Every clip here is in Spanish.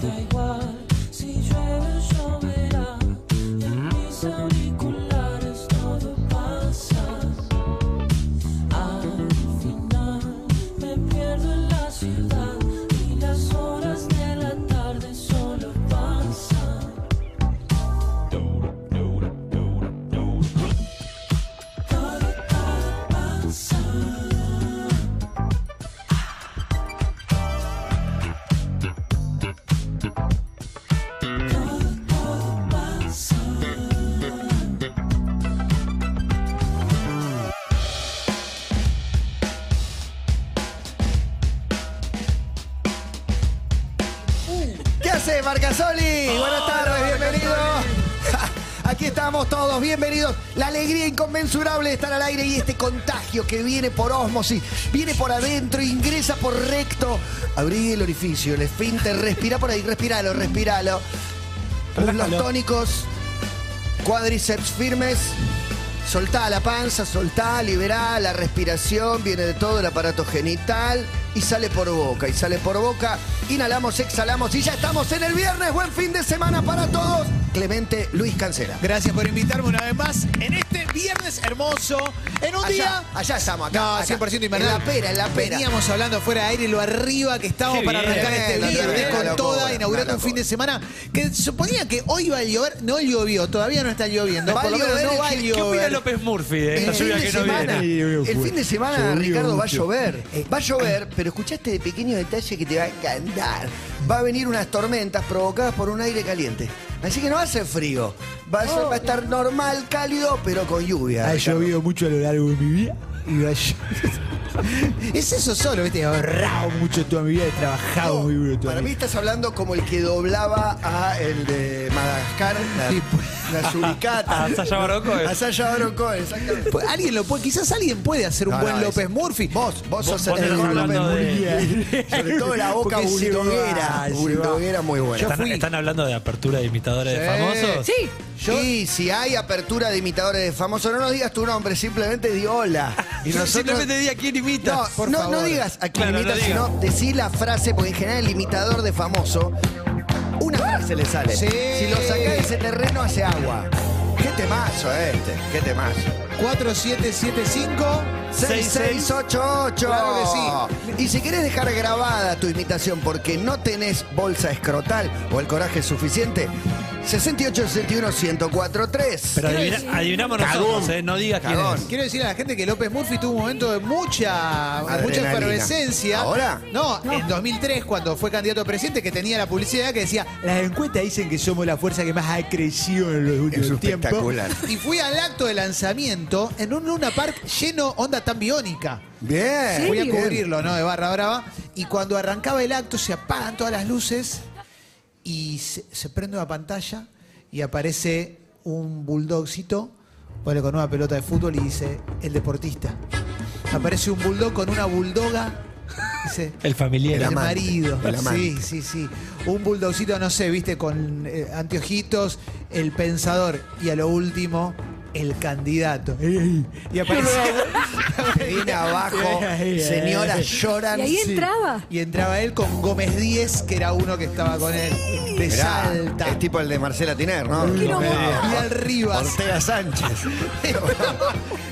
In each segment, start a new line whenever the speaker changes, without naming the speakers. Da igual si llueve lloverá, en mis auriculares todo pasa. Al final me pierdo en la ciudad y las horas de la tarde solo pasan. Todo, todo pasa.
¿Qué hace, Marcasoli? Buenas tardes, bienvenido. Aquí estamos todos, bienvenidos. La alegría inconmensurable de estar al aire y este contagio que viene por osmosis, viene por adentro, ingresa por recto. Abrí el orificio, el esfínter, respira por ahí, respiralo, respiralo. Los tónicos, cuádriceps firmes. Soltá la panza, soltá, liberá la respiración, viene de todo el aparato genital y sale por boca, y sale por boca, inhalamos, exhalamos y ya estamos en el viernes, buen fin de semana para todos. Clemente Luis Cancela.
Gracias por invitarme una vez más en este viernes hermoso. En un
Allá,
día.
allá estamos, acá.
No,
acá.
100%
En
invernal.
la pera, en la pera.
Veníamos hablando fuera de aire lo arriba que estamos
Qué
para
bien.
arrancar este
Tremendo,
viernes
tremendo,
con
locura,
toda, inaugurando
una
un fin
locura.
de semana que suponía que hoy iba a llover, no llovió, todavía no está lloviendo,
Va a
por lo menos
llover
no
el
va a
que-
llover.
¿qué
¿Qué opina López Murphy de esta
El fin,
Eh, lluvia
de
que no
semana,
viene?
el fin de semana, Ricardo, va a llover. Va a llover, pero escuchá este pequeño detalle que te va a encantar. Va a venir unas tormentas provocadas por un aire caliente. Así que no va a ser frío. Va a, ser- va a estar normal, cálido, pero con lluvia.
Ha
Ricardo.
llovido mucho a lo largo de mi vida. Y ha llovido-
Es eso solo, ¿viste?
ahorrado mucho toda mi vida, he trabajado muy duro toda
Para
mi
mí
vida.
estás hablando como el que doblaba a el de Madagascar, la,
pues.
la suricata.
A Sasha Baron Cohen.
A Sasha Baron Cohen, exactamente.
Pues Alguien lo puede, quizás alguien puede hacer un
No,
buen
no, es-
López Murphy.
Vos, vos sos
vos
el
estás
mejor
hablando
López
de-
Murphy. Sobre todo la boca
Porque se va,
buldoguera.
se va.
Buldoguera muy buena.
¿Están,
fui.
están hablando de apertura de imitadores de famosos?
Sí. Y si hay apertura de imitadores de famosos, no nos digas tu nombre, simplemente di hola. Y nosotros-
Simplemente di a quién imitas.
No,
Por
no,
favor.
no digas a quién
Claro, no
imitas,
digas.
sino decí la frase, porque en general el imitador de famoso, una frase le sale.
Sí.
Si lo sacás de ese terreno, hace agua. Qué temazo este, qué temazo.
4775.
6688.
Claro
que sí. Y si querés dejar grabada tu imitación porque no tenés bolsa escrotal o el coraje suficiente, 6861-1043.
Pero adivina- adivinamos nosotros, ¿eh? No digas quién
Cagón.
es.
Quiero decir a la gente que López Murphy tuvo un momento de mucha, de mucha
Adrenalina.
efervescencia.
¿Ahora?
No, en 2003, cuando fue candidato a presidente, que tenía la publicidad que decía.
Las encuestas dicen que somos la fuerza que más ha crecido en los últimos
Es
tiempos.
espectacular.
Y fui al acto de lanzamiento en un Luna Park lleno onda tan biónica.
Bien.
Voy a
bien.
cubrirlo, ¿no? De barra brava. Y cuando arrancaba el acto, se apagan todas las luces y se, se prende una pantalla y aparece un bulldogcito, ponele con una pelota de fútbol y dice, el deportista. Aparece un bulldog con una bulldoga. Dice,
El familiar.
el,
El amante,
marido.
el amante.
Sí, sí, sí. Un bulldogcito, no sé, viste, con eh, anteojitos, el pensador y a lo último, el candidato. Y
Se viene
aparecía,
abajo. Señoras lloran.
Y ahí
Sí.
entraba.
y entraba él con Gómez 10, que era uno que estaba con él de
Mirá,
Salta.
Es tipo el de Marcela Tiner, ¿no?
Qué
Como-
nombre.
Y al Rivas.
Ortega Sánchez.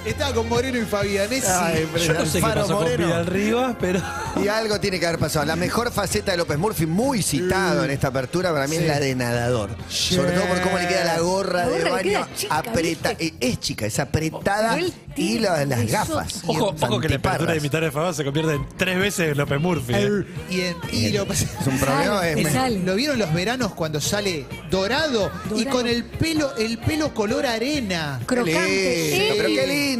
Estaba con Moreno y Fabián. Messi.
Ay, pero-
Yo no sé qué
Alfaro
pasó con
Moreno.
Vidal Rivas, pero...
Y algo tiene que haber pasado. La mejor faceta de López Murphy, muy citado en esta apertura, para mí es la de nadador. Sobre todo por cómo le queda la gorra
La
de
gorra le
baño
queda chica,
apretada.
¿viste?
Es chica, es apretada.
Pero él
Y
tiene
la- las
un
gafas.
risote.
Ojo, ojo que la apertura de
Antiparras.
imitadores de famosos se convierte en tres veces López Murphy. ¿eh?
Y, en- y lo
Es un problema.
Sale,
es-
sale.
Lo vieron los veranos cuando sale dorado, y
Dorado.
con el pelo, el pelo color arena.
Qué
Crocante.
lindo,
Sí.
pero qué lindo.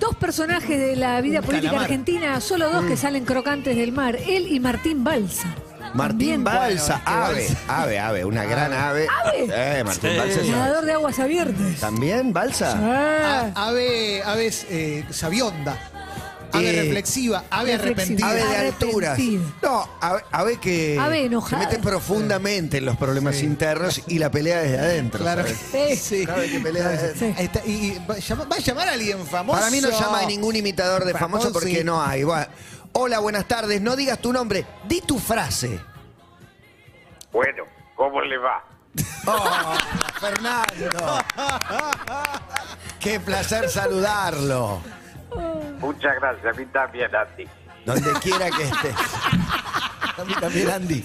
Dos personajes de la vida política
calamar.
argentina, solo dos que salen crocantes del mar, él y Martín Balsa.
Martín
También.
Balsa, ave, ave, ave, una gran ave.
Ave.
Eh, Martín
Sí.
Balsa. es-
Nadador de aguas abiertas.
¿También Balsa?
Ah,
A- Ave, aves eh, sabionda. Ave
Eh,
reflexiva, ave
Reflexiva.
arrepentida.
Ave de
Arrepentida.
alturas. No, ave, ave que
Ave
se
enojada.
mete profundamente en los problemas internos y la pelea desde adentro.
Claro.
¿sabes?
Sí.
Sabe que pelea desde adentro.
Sí.
Ahí está, y, y va, llama- va a llamar a alguien famoso.
Para mí no llama a ningún imitador de
Famoso,
famoso porque
sí.
no hay. Va. Hola, buenas tardes. No digas tu nombre, di tu frase.
Bueno, ¿cómo le va?
Fernando. Qué placer saludarlo.
Muchas gracias, a mí también, Andy.
Donde quiera que estés. A mí también, Andy.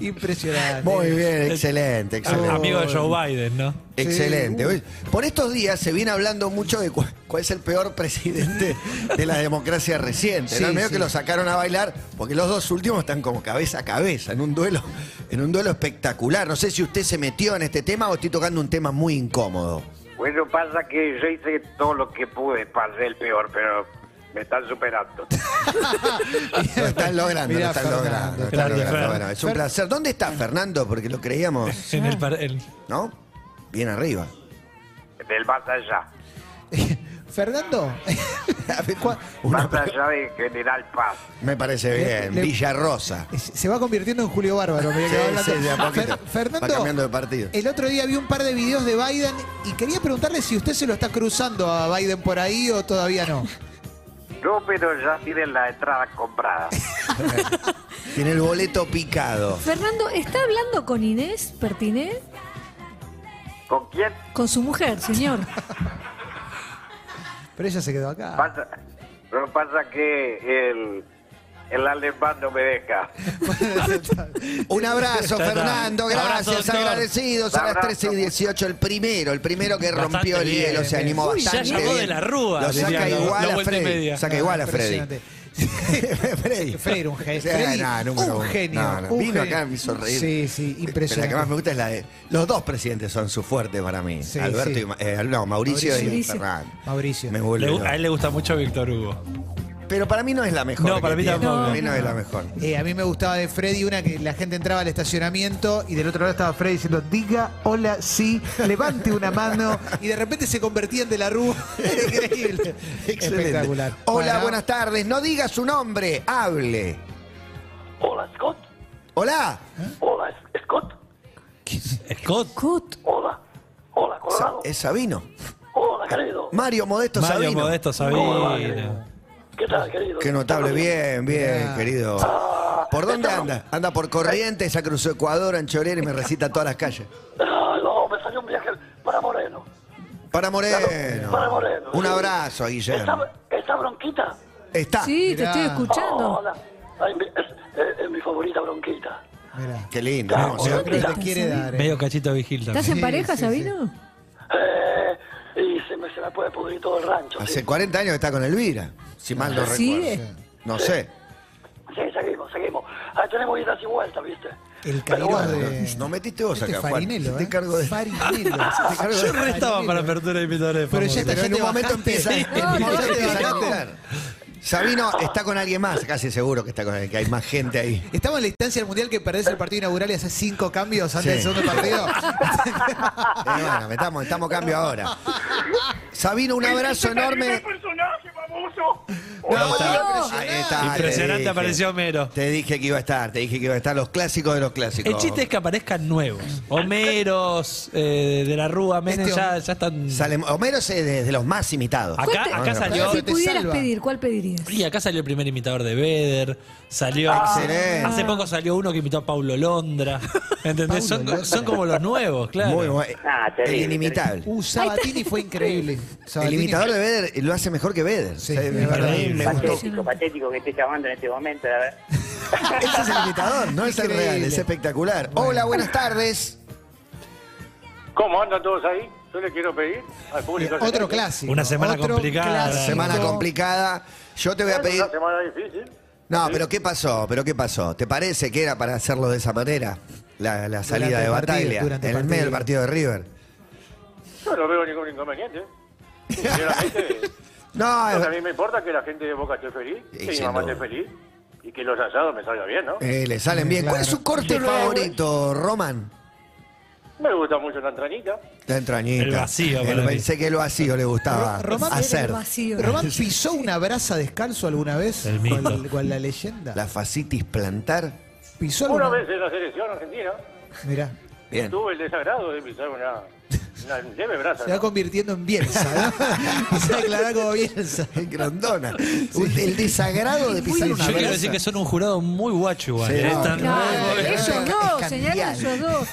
Impresionante.
Muy bien, excelente, excelente.
Amigo de Joe Biden, ¿no?
Excelente.
uh.
Uy, Por estos días se viene hablando mucho de cu- cuál es el peor presidente de la democracia reciente. ¿no?
Sí,
Medio
sí.
que lo sacaron a bailar, porque los dos últimos están como cabeza a cabeza, en un duelo, en un duelo espectacular. No sé si usted se metió en este tema o estoy tocando un tema muy incómodo.
Bueno, pasa que yo hice todo lo que pude para ser el peor, pero me están superando.
Lo están logrando,
Mirá,
lo
Fernando,
están logrando. lo están
Fernando,
logrando.
Fernando.
Bueno, es un
Fer-
placer. ¿Dónde está Fernando? Porque lo creíamos,
En el, par- el-
¿no? Bien arriba.
Del más allá.
Fernando, ¿cuá-
Una-
Más allá de General Paz.
me parece bien.
le-
Villa Rosa.
se va convirtiendo en Julio Bárbaro. mirá que
Sí,
va hablando.
sí, de a poquito.
Ah, Fernando,
Va cambiando de partido.
el otro día vi un par de videos de Biden y quería preguntarle si usted se lo está cruzando a Biden por ahí o todavía no.
No, pero ya tienen la entrada comprada.
Tiene el boleto picado.
Fernando, ¿está hablando con Inés Pertiné?
¿Con quién?
Con su mujer, señor.
Pero ella se quedó acá.
Pasa, pero pasa que el, el alemán no me deja.
Un abrazo,
Ya está.
Fernando.
Abrazo,
Gracias,
doctor.
agradecidos. A las
Abrazo.
13 y 18, el primero, el primero que
Bastante
rompió el
bien,
hielo, se
bien.
animó
Uy, ya
bastante.
llegó
bien.
de la Rúa,
Lo
diría
saca
la-
igual
la
a
vuelta y
Freddy.
media. Ah,
Saca igual a Freddy.
Impresionante.
Freddy.
Freddy, un genio.
Sí,
Freddy,
no, número
un
uno.
genio,
No, no,
un
Vino
genio.
acá, me hizo reír.
Sí, sí,
Pero La
impresionante.
que más me gusta es la de. Los dos presidentes son su fuerte para mí.
Sí,
Alberto
sí.
y. Ma- eh, no, Mauricio, y
Mauricio.
Fernando.
Mauricio.
Ah, Me vuelve
le gu-
loco.
a él le gusta mucho Víctor Hugo.
Pero para mí no es la mejor.
No, para
que
mí
tiene.
tampoco.
Para mí no es la mejor.
Eh, a mí me gustaba de Freddy una que la gente entraba al estacionamiento y del otro lado estaba Freddy diciendo, diga hola, sí, levante una mano. Y de repente se convertía en De la Rúa. Increíble.
Excelente.
Espectacular.
Hola,
Bueno,
buenas tardes. No diga su nombre, hable.
Hola, Scott.
Hola.
Hola, Scott.
Scott.
Cut.
Hola. Hola, Colorado.
Es Sabino.
Hola, querido.
Mario Modesto
Mario
Sabino.
Modesto Sabino.
¿Qué tal, querido?
Qué notable, bien,
Ah.
bien, querido.
Ah,
¿Por dónde anda? Anda por Corrientes, ya cruzó Ecuador, Anchorena y me recita todas las calles.
Ah, No, me salió un viaje para Moreno.
Para Moreno.
Para Moreno.
Un abrazo a Guillermo.
eh. esta bronquita Oh,
Está.
Sí,
mirá.
te estoy escuchando.
Hola. Ay, mi- es, es- es mi favorita bronquita.
mirá.
Qué lindo. ¿no? O sea,
Yo creo que te quiere dar. eh.
Medio cachito Vigil también.
¿Estás en
Sí,
pareja,
sí,
Sabino?
Eh, y se me, se me puede pudrir todo el rancho.
hace
¿sí?
40 años que está con Elvira, si mal no
Sigue.
recuerdo. No sé.
Sí, seguimos, seguimos. Ah, tenemos idas y vueltas, ¿viste?
El
Pero
Cairo
bueno,
de...
no metiste vos
Este
acá, Juan.
Farinelo,
Te
¿eh?
cargo de-
Farinelo. Te cargo de
Yo re estaba
Farinelo.
para apertura de eh, invitadores de
Pero ya
famosos.
está,
Pero
ya
en
te
un momento
bajaste.
empieza,
No,
empieza
no,
a
no.
desatar. Sabino está con alguien más, casi seguro que está con alguien, que hay más gente ahí.
Estamos en la instancia del mundial que perdés el partido inaugural y haces cinco cambios antes
Sí.
del segundo partido.
Eh, bueno, metamos, estamos cambio ahora. Sabino, un abrazo enorme.
personaje, famoso!
Ahí está.
Ahí está, te
Impresionante
dije.
apareció Homero.
Te dije que iba a estar, te dije que iba a estar los clásicos de los clásicos.
El chiste es que aparezcan nuevos. Homeros, eh, de la Rúa, Menem,
Este
ya, ya están.
Sale- Homero es eh, de, de los más imitados.
Acá-
¿Cuál te-
acá salió-
Si
Te
pudieras
salva.
pedir, ¿cuál pedirías?
Y acá salió el primer imitador de Beder, salió
Ah, Excelente.
hace poco salió uno que imitó a Paulo Londra. ¿Entendés? son, son como los nuevos, claro.
Muy bueno.
Ah,
el
terrible,
inimitable.
Uh, Sabatini fue increíble.
El
Sabatini-
imitador de Beder lo hace mejor que Beder.
Sí,
O sea,
es
para mí
increíble.
me gustó.
Patético,
patético que esté llamando en este momento, la verdad.
Ese es el imitador, no es el
Increíble.
real, es espectacular. Hola, buenas tardes.
¿Cómo andan todos ahí? Yo le quiero pedir al público.
Eh,
Otro clásico.
Una semana
Otro
complicada.
clásico.
Semana complicada. Yo te voy a pedir.
Una semana difícil.
¿Eh?
No, pero ¿qué pasó? ¿Pero qué pasó? ¿Te parece que era para hacerlo de esa manera? La, la
Durante
salida de
el partido,
batalla en
durante el
el medio del partido
partido.
de River.
Yo no veo ningún inconveniente. Sinceramente,
No,
a
es-
mí me importa que la gente de Boca esté feliz,
Sí,
que mi
sin
mamá esté
duda.
feliz y que
Eh,
los asados me salgan bien, ¿no?
eh, le salen bien. ¿Cuál es su corte favorito, Roman?
Me gusta mucho la entrañita.
La entrañita.
El vacío,
El-
para mí.
Eh, pensé que el vacío le gustaba
Román era
Ah, hacer.
el vacío.
¿Román pisó una brasa descalzo alguna vez?
El
con,
mito.
la- con la leyenda.
La facitis plantar.
¿Pisó
Una
alguna
vez en la selección argentina
Mirá.
Bien.
tuve el desagrado de pisar una, una leve brasa.
Se va convirtiendo en Bielsa, ¿no? Se va a aclarar como Bielsa.
Grandona. Un- El desagrado de pisar
Yo
una
quiero
brasa.
decir que son un jurado muy guacho igual.
Sí,
¿eh?
no,
Están-
Claro,
no,
ellos
no,
dos,
es
señalan
cambiar.
ellos dos.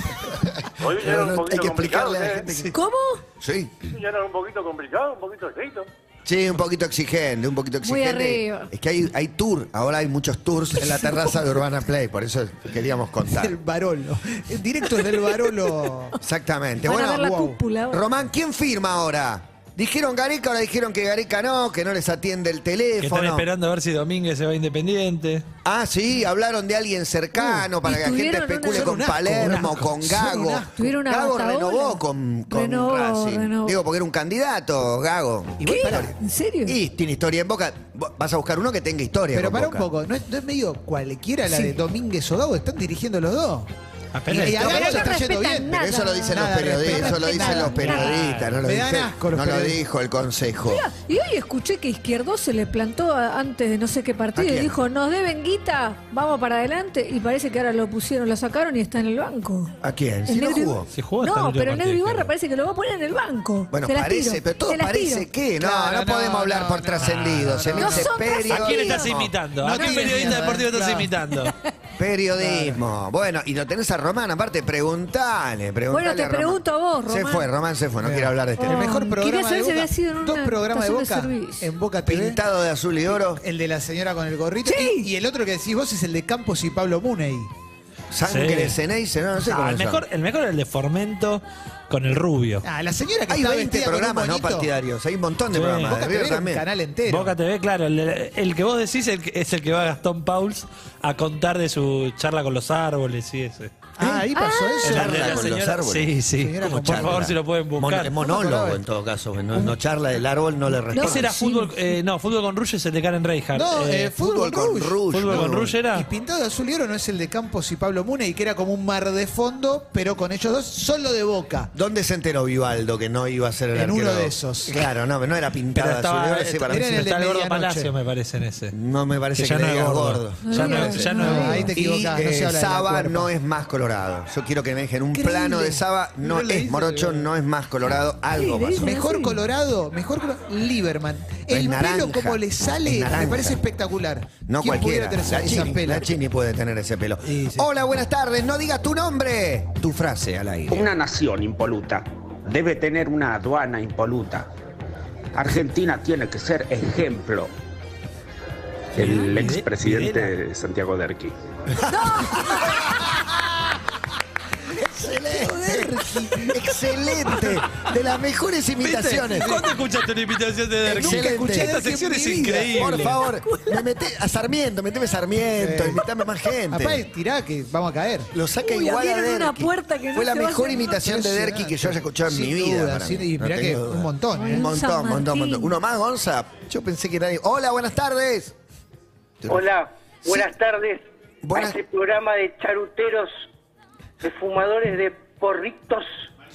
Hoy ya
Pero
era un
no- hay
poquito
que
complicado.
explicarle a la
¿eh?
gente que...
¿Cómo?
Sí.
Ya era un poquito complicado, un poquito estricto.
Sí, un poquito exigente, un poquito
Muy
exigente.
arriba.
Es que hay, hay tour, ahora hay muchos tours en la terraza de Urbana Play, por eso queríamos
El
contar.
Barolo. Directo del Barolo.
Exactamente.
Van a
bueno,
ver la
wow.
cúpula ahora.
Román, ¿quién firma ahora? Dijeron Gareca, ahora dijeron que Gareca no, que no les atiende el
que están
teléfono.
esperando a ver si Domínguez se va a Independiente.
Ah, sí, hablaron de alguien
Uh,
cercano para que la gente
tuvieron
especule
una-
con
Son un asco, un
Palermo,
asco, son
con
un
Gago.
asco.
Tuvieron una
Gago
bataola.
renovó con, con
Renovó,
Racing.
renovó.
Digo, porque era un candidato, Gago. Y
¿Qué? ¿En serio?
Y tiene historia en boca. Vos Vas a buscar uno que tenga historia.
Pero
con
para un
Boca.
poco, ¿no es, no es medio cualquiera la
Sí.
de Domínguez o Gago? Están dirigiendo los dos.
Apenas-
Y- y a Gago
Pero
le
no
está yendo
respetan
bien.
nada.
Pero eso lo dicen los
Nada,
periodistas,
respeto,
eso lo dicen los
nada.
periodistas, no lo,
Me dan
dice-
asco los
no lo
periodistas.
dijo el consejo.
Y hoy escuché que Izquierdo se le plantó a- antes de no sé qué
¿A
partido y
quién?
dijo, nos deben guita, vamos para adelante. Y parece que ahora lo pusieron, lo sacaron y está en el banco.
¿A quién?
El
Si no
negro-
jugó.
Se jugó hasta el
no,
último
pero
partido,
el negro Ibarra
Izquierdo.
parece que lo va a poner en el banco.
Bueno,
Se las
parece,
tiro,
pero todo
se las
parece
tiro.
que no,
Claro,
no podemos
no,
hablar
no,
por
no.
trascendido. Se me
No
dice
son
periodismo.
¿A quién estás
Dios.
imitando?
No
¿A qué
tiene
periodista
miedo,
deportivo estás
claro.
imitando?
Periodismo. Bueno, y lo tenés a Román, aparte, preguntale, preguntale
Bueno, te
a Román.
pregunto a vos,
Se
Román.
fue, Román se fue, no quiero hablar de este
El
Oh,
tema.
mejor
quería
programa
saber
de
si
Boca.
había sido en
dos
una
programas de Boca
estación de servicio.
en Boca TV.
Pintado de azul y oro,
El de la señora con el gorrito.
Sí.
Y, y el otro que decís vos es el de Campos y Pablo Muney.
sangre,
Sí.
ceneice, no, no sé
Ah,
cómo
el,
son.
mejor, el mejor es el de Formento con el rubio.
Ah, la señora que
Hay
estaba
20
vestida con un
programas este no
moñito.
partidarios, hay un montón de
Sí.
programas.
Boca
de
TV
River
era un
también.
canal entero.
Boca TV, claro, el, el que vos decís el que- es el que va Gastón Pauls a contar de su charla con los árboles y ese.
Ah, ahí pasó eso.
El de
Charla
la
con los
señora-
árboles.
Sí, sí.
Señora
Por
con
favor,
Charla.
si lo pueden buscar.
Mon- monólogo en todo caso, pues, no, no charla del árbol, no le responde.
Ese era fútbol, eh, no, fútbol con Rush es el de Karen Reinhardt.
No,
Eh,
eh, fútbol, con Rush.
fútbol con Rush
Y
era.
pintado de azul y oro no es el de Campos y Pablo Muney, que era como un mar de fondo, pero con ellos dos, solo de boca.
¿Dónde se enteró Vivaldo que no iba a ser el
En uno
arquero?
de esos.
Claro, no, no era
Pero
pintada. azul y
estaba,
oro, sí, para mí
era
sí.
el de Gordo
medianoche.
Palacio, me parece, en ese.
No me parece
Que
que,
ya
le
no es
digas
gordo. Ya no es- ya no es
No,
gordo.
ahí te
Y,
equivocás, no se
eh,
habla de la
Saba
cuerpa.
no es más colorado. Yo quiero que me dejen un
Increíble.
plano de Saba. No,
No le
es
hice,
morocho,
pero-
no es más colorado. Algo
le
pasó.
hice.
Mejor
Sí.
Colorado, mejor Colorado, Lieberman.
Es
El
naranja,
pelo como le
es
sale,
naranja.
me parece espectacular.
No
¿Quién
cualquiera.
pudiera tener
La
esas
Chini,
pelas?
la Chini puede tener ese pelo.
Sí, sí.
Hola, buenas tardes. No digas tu nombre. Tu frase al aire.
Una nación impoluta debe tener una aduana impoluta. Argentina tiene que ser ejemplo. El
Videla.
expresidente Santiago Derqui.
Excelente. Excelente. De las mejores imitaciones.
¿Cuándo escuchaste una invitación de Derqui?
Nunca escuché
Esta
Derqui en
sección
mi
es
vida.
increíble.
Por favor, me meté a Sarmiento, meteme Sarmiento,
Sí.
invitame más gente.
Apá, tirá que vamos a caer.
Lo saca
Uy,
igual a
abrieron una
Derqui.
puerta que no
Fue la
se va a
mejor
cerrar.
imitación de Derqui que yo haya escuchado en
Sin
mi vida.
duda,
para
sin-
mí.
y mirá
No
que
tengo duda.
un montón, ¿eh?
Un montón,
San Martín.
montón, montón. ¿Uno más, Gonza? Yo pensé que nadie. Hola, buenas tardes.
Hola, buenas tardes.
Buenas-
este
Hace programa de charuteros, de fumadores de porritos.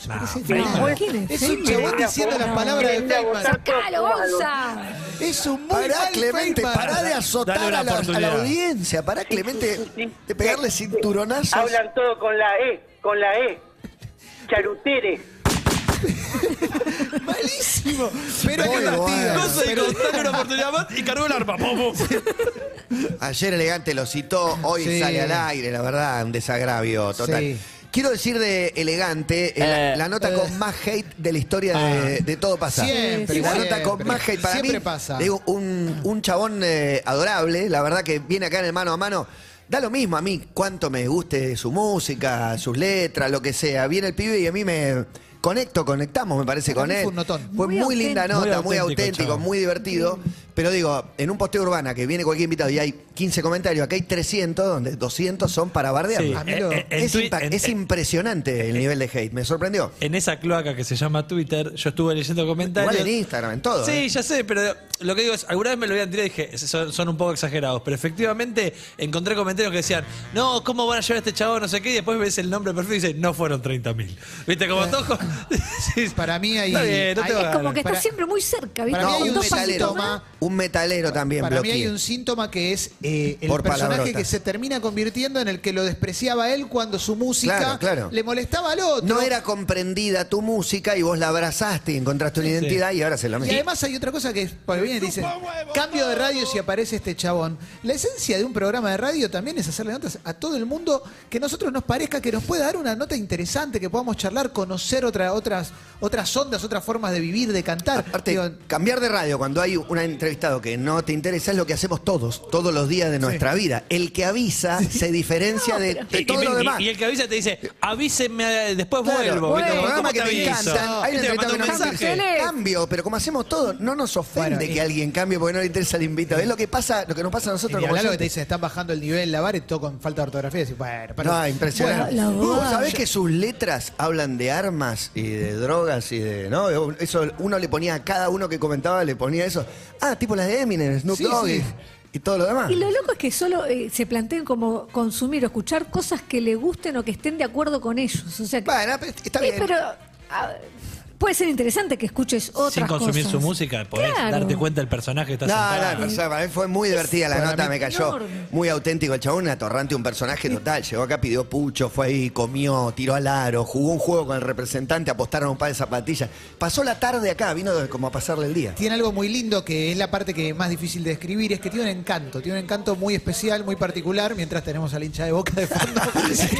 No, ¿quién
Es
es?
un
Feynman.
chabón diciendo las palabras de
Prende a
Feynman.
votar por
¡Sacalo,
fumadores.
Gonza!
Es un muy
Pará,
mal
Clemente,
Feynman.
pará de azotar
Dale una
a la, a la
oportunidad.
audiencia. Pará, Clemente,
Sí, sí, sí.
de pegarle
Sí.
cinturonazos.
Hablan todo con la E, con la E. Charutere.
Malísimo. Pero
Muy
qué divertido.
bueno.
No sé,
Pero-
contame una oportunidad más y cargó el arma. Pum, pum.
Ayer elegante lo citó, hoy
Sí.
sale al aire, la verdad, un desagravio total.
Sí,
Quiero decir de elegante, eh, Ah. la, la nota con más hate de la historia
Ah,
de, de todo pasa.
Siempre,
la
siempre.
nota con más hate para
Siempre
mí.
pasa.
Digo, un, un chabón eh, adorable, la verdad que viene acá en el mano a mano. Da lo mismo a mí cuánto me guste su música, sus letras, lo que sea. Viene el pibe y a mí me conecto, conectamos, me parece,
Para
con
mí
él.
fue un notón.
Fue muy,
Muy
linda
auténtico.
nota, muy
Muy auténtico,
auténtico,
chabón.
muy divertido. Pero digo, en un posteo urbana que viene cualquier invitado y hay 15 comentarios, acá hay 300, donde 200 son para bardear.
Sí,
A mí lo-
eh, eh, en
es,
tui-
impa-
en-
es
en-
impresionante el nivel de hate, me sorprendió.
En esa cloaca que se llama Twitter, yo estuve leyendo comentarios.
Igual en Instagram, en todo.
Sí,
¿eh?
ya sé, pero lo que digo es, alguna vez me lo habían tirado y dije, son, son un poco exagerados, pero efectivamente encontré comentarios que decían, no, ¿cómo van a llevar a este chavo? No sé qué, y después ves el nombre perfecto y dices, no fueron 30.000. ¿Viste?
Eh,
Como todos... con- Sí,
Para mí hay.
Está bien, no
hay-
te va a
Es como que
Para-
está siempre muy cerca, ¿viste?
para mí
No,
hay
Con
un
un
dos
metalero,
pasitos
síntoma-
más.
un metalero también
Para mí hay
bloqueé.
un síntoma que es eh, el
Por
personaje
palabrotas.
que se termina convirtiendo en el que lo despreciaba a él cuando su música
Claro, claro.
le molestaba al otro.
No era comprendida tu música y vos la abrazaste y encontraste una identidad y ahora se la
Y
metiste.
además hay otra cosa que porque viene y dice, cambio de radio si aparece este chabón. La esencia de un programa de radio también es hacerle notas a todo el mundo que nosotros nos parezca que nos pueda dar una nota interesante, que podamos charlar, conocer otra- otras, otras ondas, otras formas de vivir, de cantar.
Aparte,
Digo,
cambiar de radio cuando hay un entrevistado que no te interesa es lo que hacemos todos, todos los días de nuestra vida. El que avisa se diferencia de, de
Y-
todo
y,
lo
y-
demás.
y el que avisa te dice, avísenme, eh, después
Claro,
vuelvo. ¿viste?
hay
Como,
programas
¿cómo
que
te
me
aviso?
Este
encantan, hay un
Viste, me
entrevistado que
manda
no
un
me
mensaje.
interesa. Cambio, pero como hacemos todo, no nos ofende
Bueno, y-
que alguien cambie porque no le interesa el invitado. Es lo que pasa, lo que nos pasa
y
a
ni
nosotros como
hablar lo que te
oyentes.
dicen, están bajando el nivel, la vara y todo con falta de ortografía. Decís, bueno, pero-
No, impresionante.
Bueno, la
Uh,
verdad,
¿Sabés
yo-
que Ah. sus letras hablan de armas y de drogas y de. ¿No? Eso uno le ponía a cada uno que comentaba, le ponía eso. Ah, tipo las de Eminem, Snoop
Sí,
Dogg
sí.
Y, y todo lo demás.
Y lo loco es que solo eh, se planteen como consumir o escuchar cosas que le gusten o que estén de acuerdo con ellos. O sea, que-
Bueno, pero está
Eh,
bien.
pero ah, puede ser interesante que escuches otras
Sin consumir
cosas.
su música, podés
Claro.
darte cuenta del personaje que está
No,
sentado.
no, no, o sea, para mí fue muy divertida la
para
nota,
mí
me cayó
enorme.
muy auténtico el chabón, un atorrante, un personaje total. Llegó acá, pidió pucho, fue ahí, comió, tiró al aro, jugó un juego con el representante, apostaron un par de zapatillas. Pasó la tarde acá, vino de- como a pasarle el día.
Tiene algo muy lindo que es la parte que es más difícil de describir, es que tiene un encanto, tiene un encanto muy especial, muy particular, mientras tenemos al hincha de boca de fondo.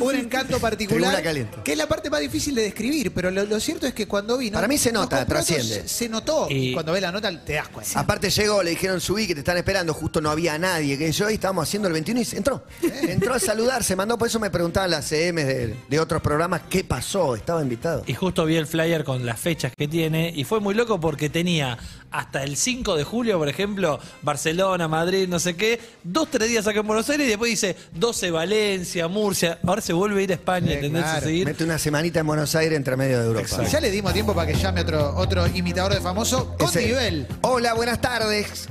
un encanto particular.
Tribuna caliente.
Que es la parte más difícil de describir, pero lo, lo cierto es que cuando vino.
Para mí se
nos
nota,
compró otros,
trasciende.
Se notó. Y
Y-
cuando ves la nota te das cuenta.
Aparte llegó, le dijeron subí que te están esperando, justo no había nadie, que yo y estábamos haciendo el 21 y se- entró. Entró a saludar, se mandó, por eso me preguntaban las CM de, de otros programas qué pasó, estaba invitado.
Y justo vi el flyer con las fechas que tiene y fue muy loco porque tenía hasta el 5 de julio, por ejemplo, Barcelona, Madrid, no sé qué, dos, tres días acá en Buenos Aires y después dice 12 Valencia, Murcia, ahora se vuelve a ir a España,
Eh,
¿entendés?
claro.
A seguir.
Mete una semanita en Buenos Aires entre medio de Europa.
Ya le dimos tiempo para que llame otro, otro imitador de famoso con
Ese.
nivel.
Hola, buenas tardes.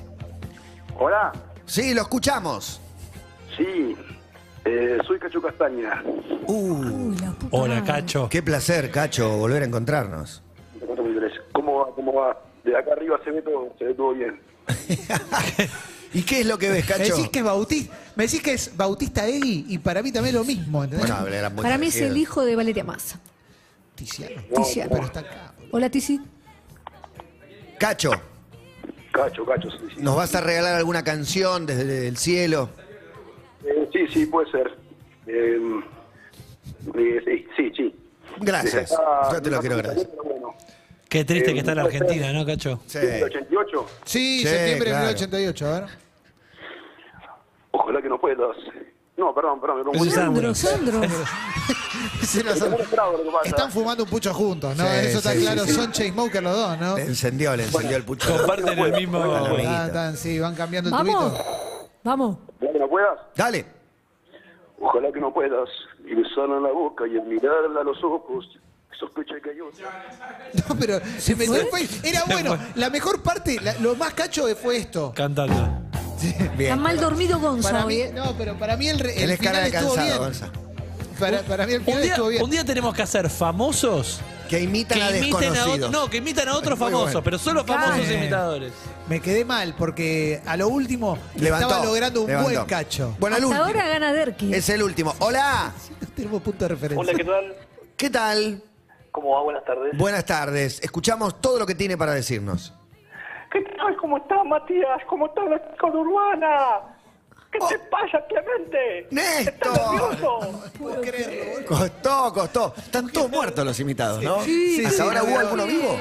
Hola,
Sí, lo escuchamos.
sí, eh, soy Cacho Castaña.
Uh,
Uy, la puta
Hola,
madre.
Cacho.
qué placer, Cacho, volver a encontrarnos.
Te cuento mi interés. ¿Cómo va? ¿Cómo va? De acá arriba se ve todo, se ve todo bien.
¿Y qué es lo que ves,
Me
Cacho?
decís que es Bautista, me decís que es Bautista Egui y para mí también es lo mismo, ¿entendés?
Bueno, era muy
Para mí es
parecido.
el hijo de Valeria Massa.
Tiziano.
Tiziano.
Pero está acá.
Hola, Tizi.
Cacho,
Cacho, Cacho, sí, sí.
¿nos vas a regalar alguna canción desde el cielo?
Eh, sí, sí, puede ser. Eh, eh, sí, sí, sí.
Gracias.
Desde acá,
Yo te lo quiero agradecer.
Bueno,
Qué triste
Eh,
que está la
puede ser.
Argentina, ¿no, Cacho?
Sí.
el 88,
Sí,
Sí,
septiembre
claro.
de 1988, a ver.
ojalá que no puedas. No, perdón, perdón, me confundí.
Es un
Sandro,
Sandro.
Sandro.
Sí, no,
Es como
son-
un estrado lo que pasa.
Están fumando un pucho juntos, ¿no?
Sí,
Eso está
sí, sí,
claro,
sí.
son chase smoker los dos, ¿no?
Le encendió, le encendió el pucho.
Comparten el
Bueno,
mismo...
amigo.
Ah, están, sí, van cambiando el
Vamos.
tubito.
Vamos.
Ojalá que no puedas.
Dale.
Ojalá que no puedas. Y besarla en la boca y al mirarla a los ojos, sospecha que hay otra.
No, pero se metió
fue?
el país. Era bueno, la mejor parte, la- lo más cacho fue esto.
Cantando.
Está
Bien.
mal dormido Gonza
Para
hoy.
mí, no, pero para mí el, re- el
Tenés cara
final
de
estuvo
cansado,
bien.
Gonza.
Para, para mí el
Un
final
día,
estuvo bien.
un día tenemos que hacer famosos
Que imitan a
que imiten a
desconocidos.
otros, no, que imitan a otros
Muy
famosos,
bueno.
pero solo famosos
Claro.
imitadores.
Me quedé mal porque a lo último
Levantó,
estaba logrando un
levantó.
buen cacho.
Bueno, el
Hasta
último.
ahora gana Derki.
Es el último. Hola,
No tenemos punto de referencia.
Hola, ¿qué tal?
¿qué tal?
¿Cómo va? Buenas tardes.
Buenas tardes. Escuchamos todo lo que tiene para decirnos.
¿Qué tal? ¿Cómo estás, Matías? ¿Cómo está la chica de urbana? ¿Qué te
Oh.
pasa, Clemente? ¿Estás nervioso?
¡Néstor! Costó, costó. Están todos muertos los imitados, ¿no?
Sí,
¿Hasta
sí,
ahora
la
hubo
verdad.
alguno vivo?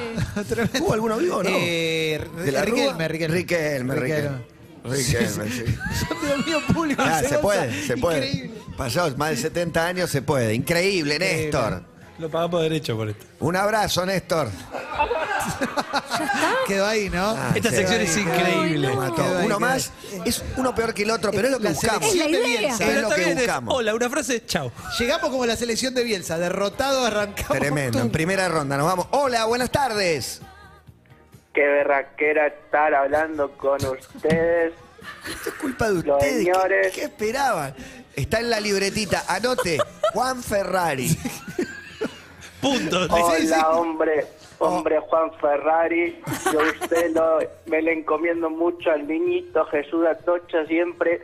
¿Hubo alguno vivo o no?
Eh,
¿De la
Riquelme, Riquelme.
Rúa? Riquelme, Riquelme. Riquelme, sí.
Dios mío, público.
Ah, se
goza.
puede, se puede.
Increíble.
Pasados más de 70 años se puede. Increíble, Néstor.
Lo pagamos derecho por esto.
Un abrazo, Néstor. Ah,
Quedó ahí, ¿no?
Esta sección es increíble.
Lo mató.
Quedó ahí,
Uno
quedó ahí.
más, es uno peor que el otro, pero es lo que
La
buscamos.
selección de Bielsa,
Es lo
está
que
bien, es-
buscamos.
Hola, una Oh, frase, chao.
Llegamos como la selección de Bielsa, derrotado arrancamos.
Tremendo, en primera ronda nos vamos. Hola, buenas tardes.
Qué berraquera estar hablando con ustedes.
Es culpa de ustedes. ¿Qué, qué esperaban? Está en la libretita, anote, Juan Ferrari.
Punto. Oh.
Hola, hombre. Hombre Juan Ferrari, yo a usted lo- me le encomiendo mucho al niñito Jesús Atocha siempre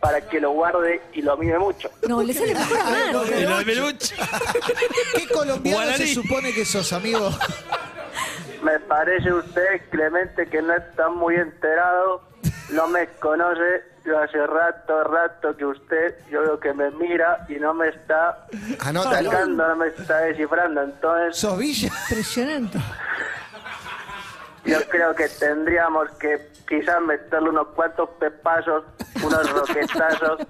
para que lo guarde y lo mime mucho.
No, le sale mejor a Mar.
Y lo de Meluch.
¿Qué colombiano
Guaraní.
se supone que sos, amigo?
Me parece usted, Clemente, que no está muy enterado, no me conoce. Yo hace rato, rato que usted, yo veo que me mira y no me está
Anótalo.
sacando, no me está descifrando. Entonces,
Ah, ¿Sos Villa?
Impresionante.
yo creo que tendríamos que quizás meterle unos cuantos pepazos, unos roquetazos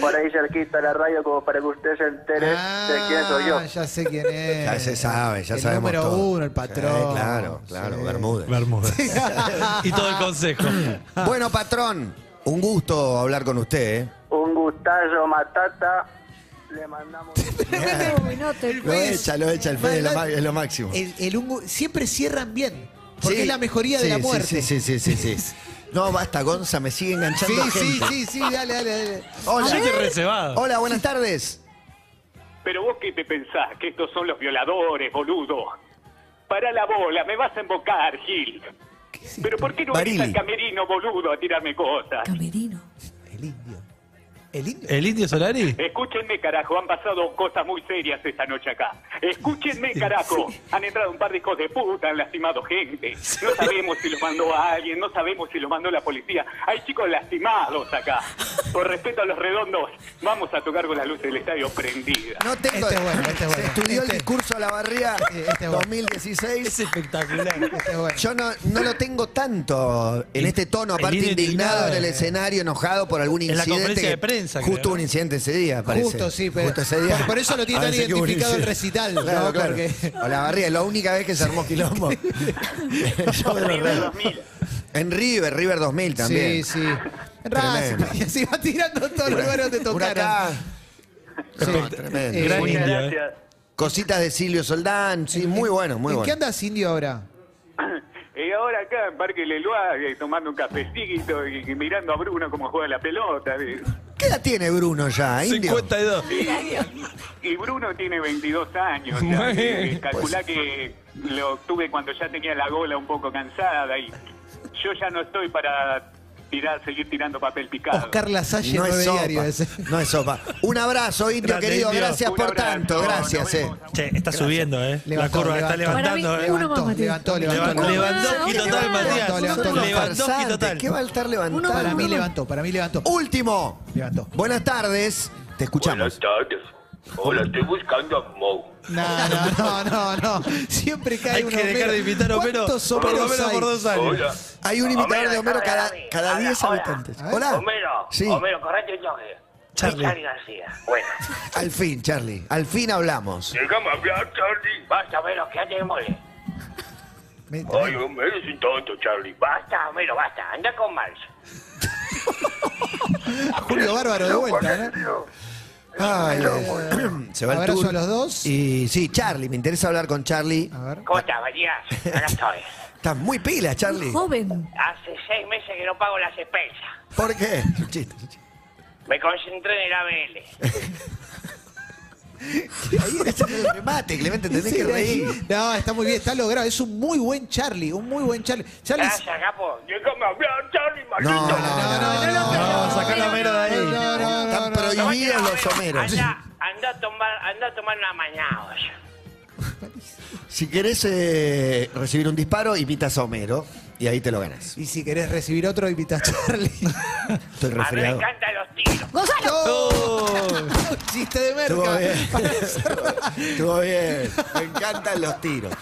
por ahí cerquita de la radio, como para que usted se entere de quién soy yo.
Ah, ya sé quién es.
Ya se sabe, ya
el
sabemos
número
todo.
uno, el patrón.
Sí, claro, claro,
Sí.
Bermúdez.
Bermúdez. Y todo el consejo.
Bueno, patrón, un gusto hablar con usted. ¿eh?
Un gustazo, matata. Le mandamos.
Uy, no te
Lo echa, lo echa, el Fede es lo ma- es lo máximo.
El, el Ungu- siempre cierran bien, Eh, porque
Sí,
es la mejoría
sí,
de la
sí,
muerte.
Sí, sí, sí, sí, sí. No, basta, Gonza, me sigue enganchando
Sí, sí,
gente.
sí, sí, dale, dale, dale.
Ya
Hola,
te recebado.
hola, buenas tardes.
Pero vos qué te pensás, que estos son los violadores, boludo. Para la bola, me vas a embocar, Gil. Pero ¿por qué no venís
Barili.
al camerino, boludo, a tirarme cosas?
Camerino.
El indio. El indio.
¿El indio Solari?
Escúchenme, carajo, han pasado cosas muy serias esta noche acá. Escúchenme, carajo, han entrado un par de hijos de puta, han lastimado gente. No sabemos si los mandó a alguien, no sabemos si los mandó la policía. Hay chicos lastimados acá. Por respeto a los redondos, vamos a tocar con las luces del estadio prendidas.
No tengo.
Este es bueno, este es
Se
bueno.
estudió el
Este-
discurso a la barría
Sí, este es bueno.
2016.
Es espectacular.
Este es bueno.
Yo no, no lo tengo tanto en este tono, aparte
indio
indignado
indignado,
en el
eh.
escenario, enojado por algún
En la
incidente.
conferencia
que-
de prensa,
Justo
creo.
un incidente ese día, parece.
Justo, sí, pero-
Justo ese día.
por- por eso lo tiene
A
tan
ver, sí que hubo un
identificado el
incidente.
recital,
Claro,
¿no?
claro.
Porque-
A la barría, es la única vez que se armó quilombo. Yo me lo
River
re-
2000.
en River, River 2000
Sí,
también.
sí. Racing, y así va tirando todos los lugares donde tocaron.
Huracán. No, tremendo.
Eh,
Gran
Muchas
indio. eh.
Gracias.
Cositas de Silvio Soldán, sí, muy bueno, muy
¿En qué
bueno.
andas indio ahora?
Y ahora acá en Parque Leloa, eh, tomando un cafecito y, y mirando a Bruno cómo juega la pelota. eh.
¿Qué edad tiene Bruno ya, Indio?
52.
Y Bruno tiene 22 años. ya,
Muy bien.
eh, calculá que lo tuve cuando ya tenía la gola un poco cansada y yo ya no estoy para tirar, seguir tirando papel picado.
Oscar Lasalle,
No es
nueve
sopa.
diario ese.
No es sopa. Un abrazo, Indio
Grande,
querido.
Indio.
Gracias
Un
por
abrazo,
tanto.
nos
Gracias, eh.
vemos.
Che, está subiendo, ¿eh?
Levantó,
la curva está
levantó.
levantando,
Para mí,
¿eh?
uno más,
Levantó, levantó,
Matías.
levantó.
Levantó, Lewandowski
Levantó,
total, Matías.
levantó,
Son unos
Lewandowski
farsantes.
total.
¿Qué va a estar
Uno
levantando?
Para mí
Uno más.
levantó, para mí levantó.
Último.
Levantó.
Buenas tardes. Te
Buenas
escuchamos.
tardes. Hola, estoy buscando a Mo.
No, no, no, no, no. Siempre cae
Hay
un
que dejar de invitar a Homero
¿Cuántos
por lo
Homeros
menos
hay?
por dos
Hola.
años.
Hay un imitador
Homero,
de Homero
habla,
cada,
Dani.
cada
Habla,
10
hola.
habitantes. Hola.
Homero,
Sí.
Homero, correte un toque.
Charlie.
Charlie García. Bueno,
Al fin, Charlie. Al fin hablamos.
déjame hablar, Charlie.
Basta, Homero, que te mole.
Me-
Ay, Homero es un tonto, Charlie.
Basta, Homero, basta. Anda con Marx.
Julio Bárbaro de vuelta, ¿no?
Ay, se va el
Abrazo
tour.
a los dos.
Y sí, Charlie. Me interesa hablar con Charlie.
A ver.
Costa, Matías. Acá estoy.
Estás muy pila, Charlie.
Joven.
Hace seis meses que no pago las expensas.
¿Por qué? Es un chiste, es un chiste.
Me concentré en el ABL.
Ahí
este
está el remate, Clemente, tenés que reír.
No, está muy bien, está logrado. Es un muy buen Charlie, un muy buen Charlie. Charlie.
capo.
Déjame hablar, Charlie, maldito.
No, no, no, no, no,
No, sacá a Homero de ahí.
No, no, no,
Están prohibidos los homeros.
anda a tomar, anda a tomar una mañana.
Si querés eh, recibir un disparo, imitas a Homero y ahí te lo ganas.
Y si querés recibir otro, invita a Charlie.
Estoy resfriado.
encantan los tiro.
¡Gonzalo!
¡Oh!
Chiste de
Estuvo
merca.
bien. Estuvo bien. Me encantan los tiros.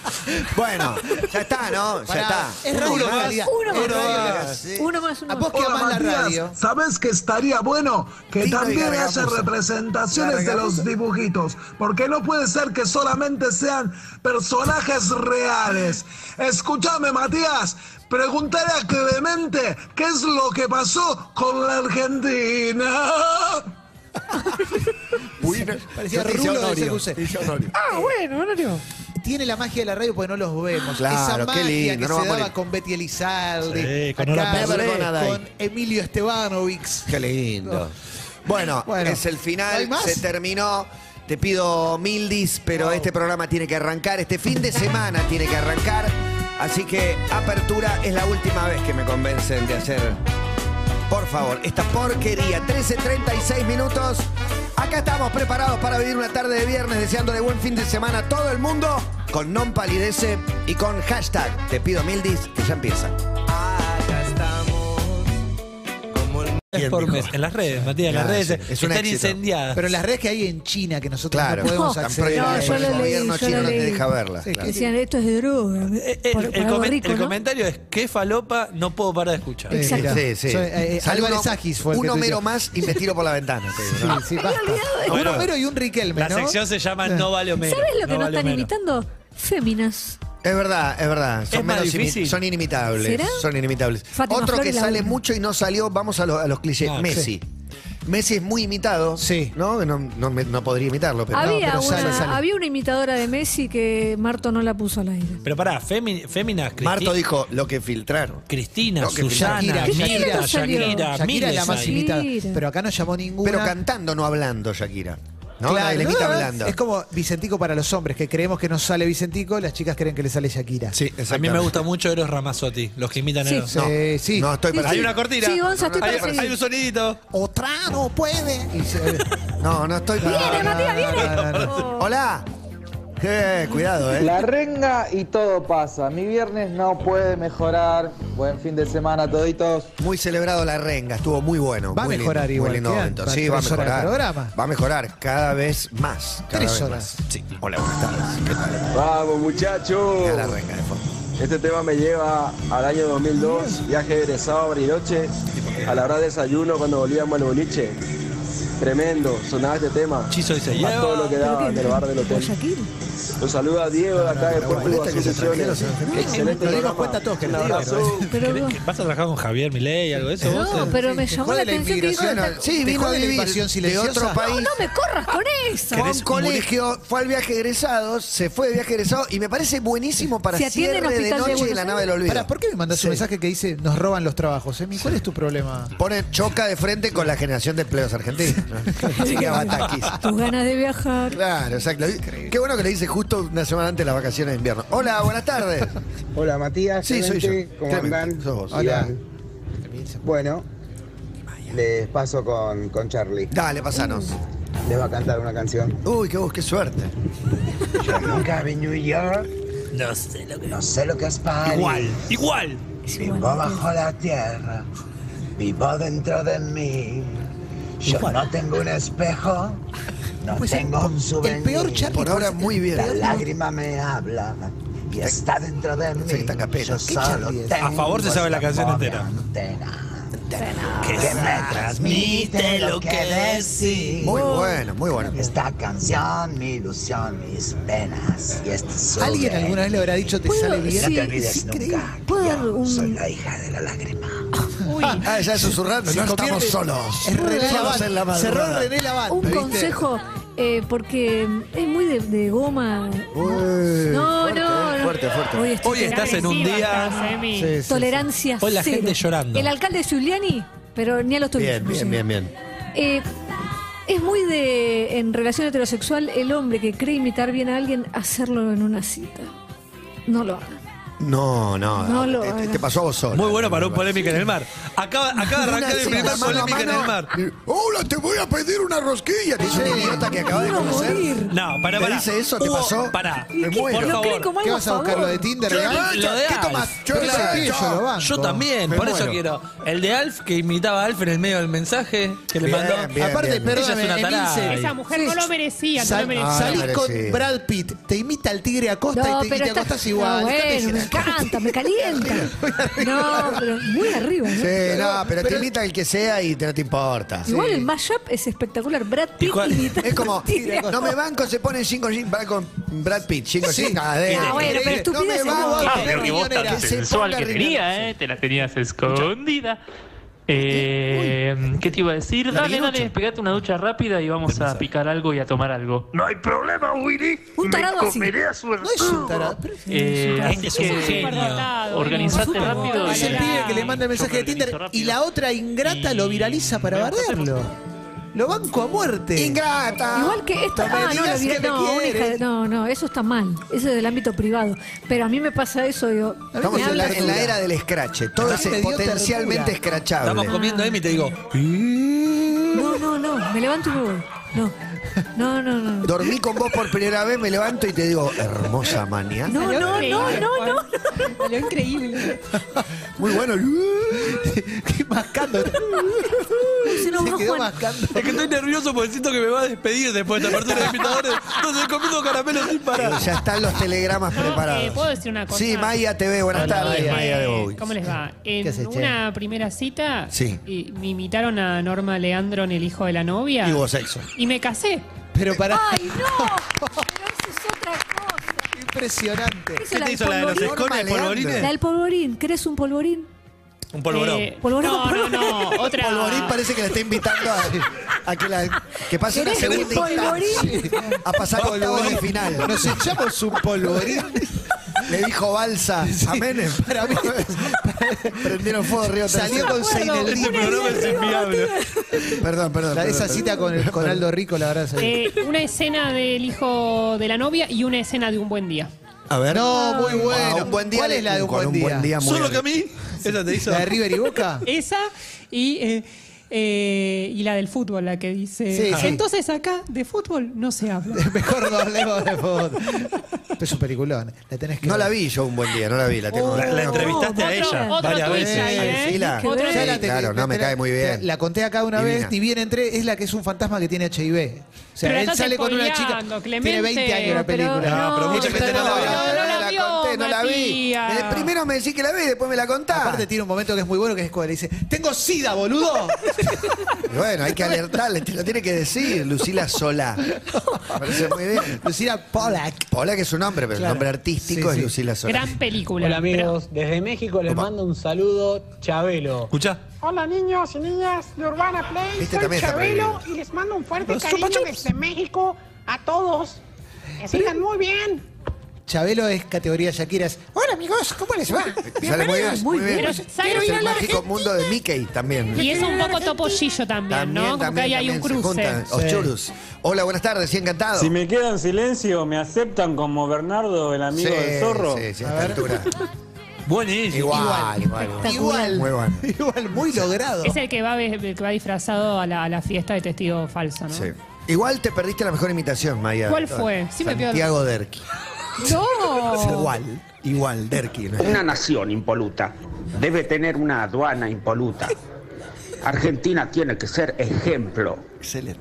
Bueno, ya está, ¿no? Ya
Pará,
está.
es radio en realidad.
Uno
Es radio en realidad.
más. Uno más, uno
¿A vos
más.
que
Hola,
amás la
Matías,
radio?
¿Sabes que estaría bueno que
Tito y
también
Gargamusa.
haya representaciones de los
Gargamusa.
dibujitos? Porque no puede ser que solamente sean personajes reales. Escúchame, Matías. Preguntaré a Clemente qué es lo que pasó con la Argentina.
Parecía
Yo te hice
Rulo de
honorio,
CQC.
te hice honorio.
Ah, bueno, honorio. Tiene la magia de la radio porque no los vemos.
Claro, qué
Esa magia
lindo,
que
no
se
vamos a
daba
ir.
con Betty Elizalde,
Sí, con
acá,
Nora Paz.
Never gonna die.
con Emilio Estebanovic.
Qué lindo. Bueno,
Bueno.
es el
¿No
final,
hay más?
se terminó. Te pido mil dis, pero este programa tiene que arrancar, este fin de semana tiene que arrancar. Así que apertura es la última vez que me convencen de hacer. Por favor, esta porquería, 13.36 minutos. Acá estamos preparados para vivir una tarde de viernes, deseándole buen fin de semana a todo el mundo con non palidece y con hashtag. Te pido mil dis, que ya empieza.
Es por mes. En las redes, Matías, en las
Claro,
redes
sí, es un
están
éxito.
incendiadas.
Pero las redes que hay en China que nosotros
Claro.
no podemos
Tan
acceder a
prohibidas,
ellas.
el
lo leí,
gobierno
yo lo
chino no te
leí.
deja verla.
Sí,
claro.
Decían, esto es de droga.
Eh,
Por-
El,
por
el
algo
comen-
rico,
el
¿no?
comentario es qué falopa no puedo parar de escuchar.
Eh, mirá.
Exacto. Sí, sí.
Soy, eh,
Sale
Álvarez
uno-
Agis fue el
un
que te
Homero
tiró.
más y me tiro por la ventana. te digo, ¿no?
Sí, sí, basta.
olvidado de
Un
eso.
Homero y un Riquelme,
La
¿no?
sección se llama No vale Homero.
¿Sabes lo que no,
vale
están
Homero.
imitando? Féminas.
Es verdad, es verdad. Son,
Es más
menos imi-
difícil.
son inimitables.
¿Será?
Son inimitables.
Fátima
Otro
Flores
que
la
sale
una.
mucho y no salió, vamos a, lo- a los clichés.
Ah,
Messi. Messi es muy imitado.
Sí.
¿no? No, no me- no podría imitarlo, pero.
había,
pero
una,
sale, sale.
había una imitadora de Messi que Marto no la puso al aire.
Pero pará, fémi- féminas, Cristi-
Marto dijo lo que filtraron.
Cristina,
No, que
Susana,
Shakira,
Mira,
Shakira. Shakira
Shakira,
Shakira es la
miles
más
hay.
imitada.
Mira.
Pero acá no llamó ninguna.
Pero cantando, no hablando, Shakira. No,
Claro,
Nadie le imita
¿no?
hablando.
Es como Vicentico para los hombres, que creemos que nos sale Vicentico, las chicas creen que le sale Shakira.
Sí,
A mí
exactamente.
me gusta mucho Eros Ramazzotti, los que imitan a
Sí.
Eros.
No,
Sí, sí.
no estoy para
Hay
sí.
una cortina.
Sí, Gonza, estoy
hay,
para seguir.
hay un sonidito.
Otra no puede. Y se-
No, no estoy para.
¡Viene, Matías, viene!
No, no, no.
Oh.
¡Hola! Eh, cuidado, ¿eh?
La renga y todo pasa. Mi viernes no puede mejorar. Buen fin de semana, toditos.
Muy celebrado la renga, estuvo muy bueno.
Va a
muy
mejorar
lindo,
igual
Muy lindo
que
momento.
antes,
Sí, va a
tres horas de
mejorar.
programa.
Va a mejorar cada vez más. cada
Tres
vez
horas.
más. Sí. Hola, buenas tardes. ¿Qué tal?
Vamos, muchachos.
Mira la renga de fondo.
Este tema me lleva al año 2002, viaje egresado a Bariloche, a la hora de desayuno cuando volvíamos al boliche. Tremendo, sonaba este tema.
Chizo dice,
A todo lo que
¿Pero
daba
qué?
en el bar del
¿Por
hotel.
Shakira?
Los saluda a Diego de acá de Puerto
molesta
Iguazú,
que se tranquilo,
Misiones.
se
Excelente
Lo dimos
programa.
cuenta todos que
Un
lo digo,
abrazo.
Pero
¿Querés que- ¿Vas a trabajar con Javier Milei algo de eso? vos?
no, pero me llamó la
jode la
atención que dijo
inmigración,
esta-
Sí,
¿Te
vino a
jode la
vivir
invasión
de
silenciosa?
otro
No,
país.
no me corras con eso.
Fue a un colegio, fue al viaje egresado, se fue de viaje egresado y me parece buenísimo para
Se atiende en
cierre de
Hospital de
noche de la
Buenos
nave del olvido.
Pará, ¿por qué me mandas un mensaje que dice nos roban los trabajos? Emi? ¿Cuál es tu problema?
Pone choca de frente con la generación de empleos argentinos. Así que abataquis.
Tus ganas de viajar.
Claro, exacto. Qué bueno que le dice justo una semana antes de las vacaciones de invierno. Hola, buenas tardes.
Hola Matías,
Sí, soy
Clemente,
yo.
¿cómo
Clemente,
andan?
sos vos.
Hola.
Hola.
Bueno, les paso con, con Charlie.
Dale, pasanos.
Les va a cantar una canción.
Uy, qué, qué suerte.
Yo nunca vi New York,
No sé lo que.
no sé lo que es París.
Igual, igual.
Es
Vivo
igual.
bajo la tierra, vivo dentro de mí. Yo no tengo un espejo, no
Pues el-
tengo un souvenir.
el peor Charlie
Por ahora muy bien.
La lágrima me habla y está dentro de mí.
que está capela.
Yo
¿Qué
solo
Charlie es?
tengo
A favor se sabe la
esta
canción entera.
antena, antena, Que me transmite lo que decís.
Muy bueno, muy bueno.
Esta canción, mi ilusión, mis penas y este souvenir.
¿Alguien alguna vez le habrá dicho te
Puedo-
sale
No
bien?
sí.
te olvides
increíble.
nunca. que
¿Puedo dar
yo
un-
Soy la hija de la lágrima.
Ah, ya susurrando, no estamos solos.
Es René
Solos en la
Lavant.
madrugada.
Cerró René Lavant.
Un
¿viste?
consejo, eh, porque es muy de, de goma. no, no, no.
fuerte, fuerte.
Hoy, estoy eh,
Hoy estás en un día.
Sí, sí.
Tolerancia
Hoy la
cero.
gente llorando.
El alcalde Giuliani, pero ni a los tuyos.
Bien, bien, bien, bien.
Eh, es muy de, en relación heterosexual, el hombre que cree imitar bien a alguien, hacerlo en una cita. No lo hagan.
No, no,
No lo
te- te,
hagas.
te pasó a vos solo.
Muy bueno para un polémica en el mar. Acaba, acaba de arrancar el primer polémica en el mar.
Hola, te voy a pedir una rosquilla. Te dice un idiota que acaba de conocer.
No, pará,
¿Te
pará.
dice eso? ¿Te
Hubo-
pasó?
Pará.
Me
Por
muero.
favor.
¿Qué vas a buscar? ¿Lo de Tinder?
Yo,
legal?
lo de
¿Qué
Alf.
tomás? Yo
Pero
lo
ese
de
pillo
Alf.
lo banco. Yo también,
Me
por eso
muero.
quiero. El de Alf que imitaba a Alf en el medio del mensaje que le
Bien,
mandó.
bien, Aparte, bien.
Ella es
perdóname,
una tarada.
Emilce,
Esa mujer no lo merecía, no
Sal-
lo
Ah,
merecía.
salís
no
con
merecía.
Brad Pitt, te imita al tigre Acosta
No,
y te, y
pero
te
está-
acostas igual.
No, bueno, me
Déjame
encanta, me calienta. No, pero muy arriba. ¿no?
Sí, no, pero, te imita el que sea y te- no te importa.
Igual el mashup es espectacular. Brad Pitt
Es como, no me banco, se ponen 5 jeans, va con Brad Pitt, 5 jeans, nada de
Ah, bueno, pero
No me
estupideces no.
banco,
Ah,
Creo que vos
riñonera,
tan
se
sensual
ponga
que
riñonera.
tenías, ¿eh? Te la tenías escondida. Eh, ¿Qué te iba a decir?
La
Dale, dale,
minucha.
pegate una ducha rápida y vamos a picar algo y a tomar algo.
No hay problema, Willy.
Un tarado
Me
así.
comeré a su
No es un tarado, pero es un
Eh,
tarado.
así
Es un
que
genio.
organizate
Súper
rápido
bueno.
y-
Es el pibe que le manda el mensaje de Tinder y la otra ingrata lo viraliza para bardearlo. Lo banco a muerte.
Ingrata.
Igual que esto,
No me
ah, no, la
digas
vida-
que me
no, una
quieres.
hija de- no, no, eso está mal. Eso es del ámbito privado. Pero a mí me pasa eso, digo.
Estamos
me
en la,
hablas-
en la era del scratch, todo
A mí
es
me dio ternura.
potencialmente escrachable.
Estamos comiendo Emi y te digo,
No, no, no, me levanto y me voy. No, no, no, no.
Dormí con vos por primera vez, me levanto y te digo, hermosa mañana.
No, no, no, no, no.
Lo increíble.
Muy bueno.
Qué mascando.
Se enojó
quedó
Juan.
mascando.
Es que estoy nervioso porque siento que me va a despedir después de esta apertura de invitadores. Entonces comiendo caramelo sin parar.
Ya están los telegramas
Eh,
preparados.
¿Puedo decir una cosa?
Sí, Maya TV, buenas
Hola,
tardes,
eh,
Maya de Bowie.
¿Cómo les va?
¿Qué
En
haces, che?
una primera cita
Sí.
y me imitaron a Norma Leandro en El Hijo de la Novia
Y hubo sexo.
y me casé.
Pero para.
¡Ay, no! Pero eso es otra cosa.
Impresionante.
Eso es polvorín. ¿eh? La del polvorín. ¿Querés un polvorín?
Un
Eh,
Polvorón,
no, no, no,
polvorón.
otra.
Polvorín parece que la está invitando a, a que, la, que pase una
¿Querés
segunda
un polvorín?
instancia. A pasar octavos de final.
Nos echamos un polvorín.
Le dijo Balsa a Menem.
Para mí,
Prendieron fuego Río
Salió
Tercero.
con Seinel
Este programa es enviable.
Perdón, perdón.
La de esa
perdón,
cita
perdón.
con, el, con Aldo Rico, la verdad. se-
Eh, una escena del hijo de la novia y una escena de un buen día.
A ver.
No, muy bueno.
Ah, un buen día
¿Cuál es la de un
con
buen
un buen día
día?
muy Solo que a
mí. Esa te hizo.
¿La de River y Boca?
Esa y, eh, eh, y la del fútbol, la que dice.
Sí, sí.
Entonces acá de fútbol no se habla.
Mejor no hablemos de fútbol. Es un peliculón. La tenés que
No
ver.
la vi yo un buen día, no la vi. La, tengo
La, la entrevistaste a
Otro-
ella
otro
varias
tuit
veces.
ahí, ¿eh?
Sí, la-
Otro
sí,
tuit.
te-
claro, no me
te-
cae muy bien.
La conté acá una
Divina.
vez, y bien entré, es la que es un fantasma que tiene HIV. O sea,
Pero la
él
estás
sale con una chica.
spoileando,
Tiene
Clemente.
20 años la
Pero
película.
no, pero mucha gente no la ve.
no la
la
vio,
conté, no la vi.
Matías.
Eh, primero me decís que la vi, después me la contás.
Aparte tiene un momento que es muy bueno que es cuando le dice, tengo sida, boludo.
Y bueno, hay que alertarle, te lo tiene que decir, Lucila Sola. Me parece muy bien.
Lucila Pollack.
Pollack es su nombre, pero
Claro.
el nombre artístico
Sí, sí.
es Lucila Sola.
Gran película.
Hola amigos, desde México les mando un saludo, Chabelo.
Escucha.
Hola niños y niñas de Urbana Play,
Este
soy
también está
Chabelo
prohibido.
y les mando un fuerte
Los
cariño
chupa
desde México a todos. Que sigan muy bien.
Chabelo es categoría Shakira. es,
Hola amigos, ¿cómo les va?
Sale muy bien, muy bien.
Pero,
Pero
¿sabes
es
qué?
el mágico mundo de Mickey también.
Y es un poco topollillo también,
También,
¿no? Como
también,
que ahí hay un
también se
cruce.
juntan, Os churus. Hola, buenas tardes, sí, encantado.
Si me quedo en silencio, ¿me aceptan como Bernardo, el amigo
Sí,
del zorro?
Sí, sí, a esta altura.
Buenísimo.
Igual, igual. igual.
Igual.
Muy bueno.
Igual, muy logrado.
Es el que va, ve- que va disfrazado a la, a la fiesta de testigo falso, ¿no?
Sí. Igual te perdiste la mejor imitación, Maya.
¿Cuál fue? Sí me Oh. pierdo.
Santiago Derqui.
¡No!
Igual, igual, Derqui. ¿no?
Una nación impoluta debe tener una aduana impoluta. Argentina tiene que ser ejemplo.
Excelente.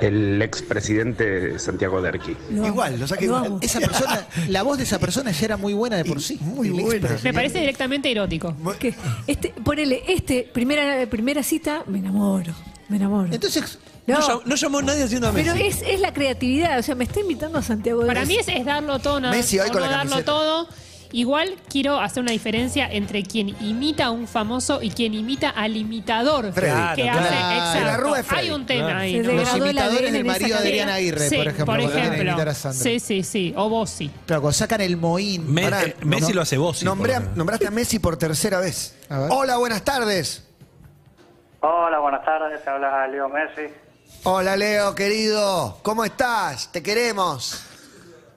El expresidente Santiago Derqui.
Igual, lo saqué igual. Esa persona, la voz de esa persona ya era muy buena de por sí. Muy buena.
Me parece directamente erótico.
Que este, ponele, este, primera, primera cita, me enamoro. Me enamoro.
Entonces,
No,
No.
llam- no llamó nadie haciendo a Messi.
Pero es, es la creatividad, o sea, me está invitando a Santiago de
Para mí es, es darlo todo, ¿no?
Messi hoy
o
con
no
la
darlo
camiseta.
todo. Igual quiero hacer una diferencia entre quien imita a un famoso y quien imita al imitador.
Freddy.
Que
Claro,
hace,
claro.
exacto.
De la Rúa es Freddy.
Hay un tema
Claro.
ahí.
Se
¿no?
Los
degradó el
imitadores
ADN
del
en
marido
esa
de
categoría.
Adriana Aguirre,
Sí,
por ejemplo.
por
cuando tienen que imitar a
ejemplo.
Sandro.
Sí, sí, sí. O vos sí.
Claro, cuando sacan el mohín.
Me-
Pará,
eh, Messi
nom-
lo hace vos. sí,
nombré a-
por lo menos.
nombraste a Messi por tercera vez.
A ver.
Hola, buenas tardes.
Hola, buenas tardes, te habla Leo Messi.
Hola, Leo, querido. ¿Cómo estás? Te queremos.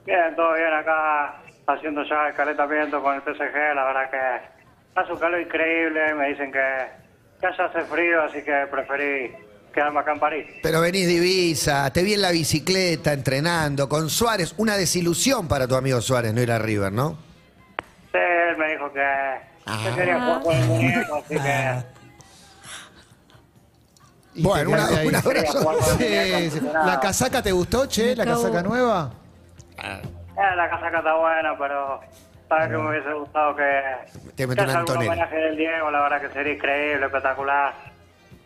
Bien, todo bien acá
haciendo ya el calentamiento con el PSG, la verdad que hace un calor increíble, me dicen que, que allá hace frío, así que preferí quedarme acá en París.
Pero venís divisa, te vi en la bicicleta entrenando con Suárez. Una desilusión para tu amigo Suárez no ir a River, ¿no?
Sí, él me dijo que,
Ah.
que quería jugar con el muñeco, así que...
Bueno,
una-
un
un abrazo.
Sí, sí. ¿La casaca te gustó, che? ¿La
Me cago.
casaca nueva?
Eh, la casaca está buena, pero sabes que me hubiese gustado que,
Te
que
meto una
haga algún
Antonella.
homenaje del Diego, la verdad que sería increíble, espectacular.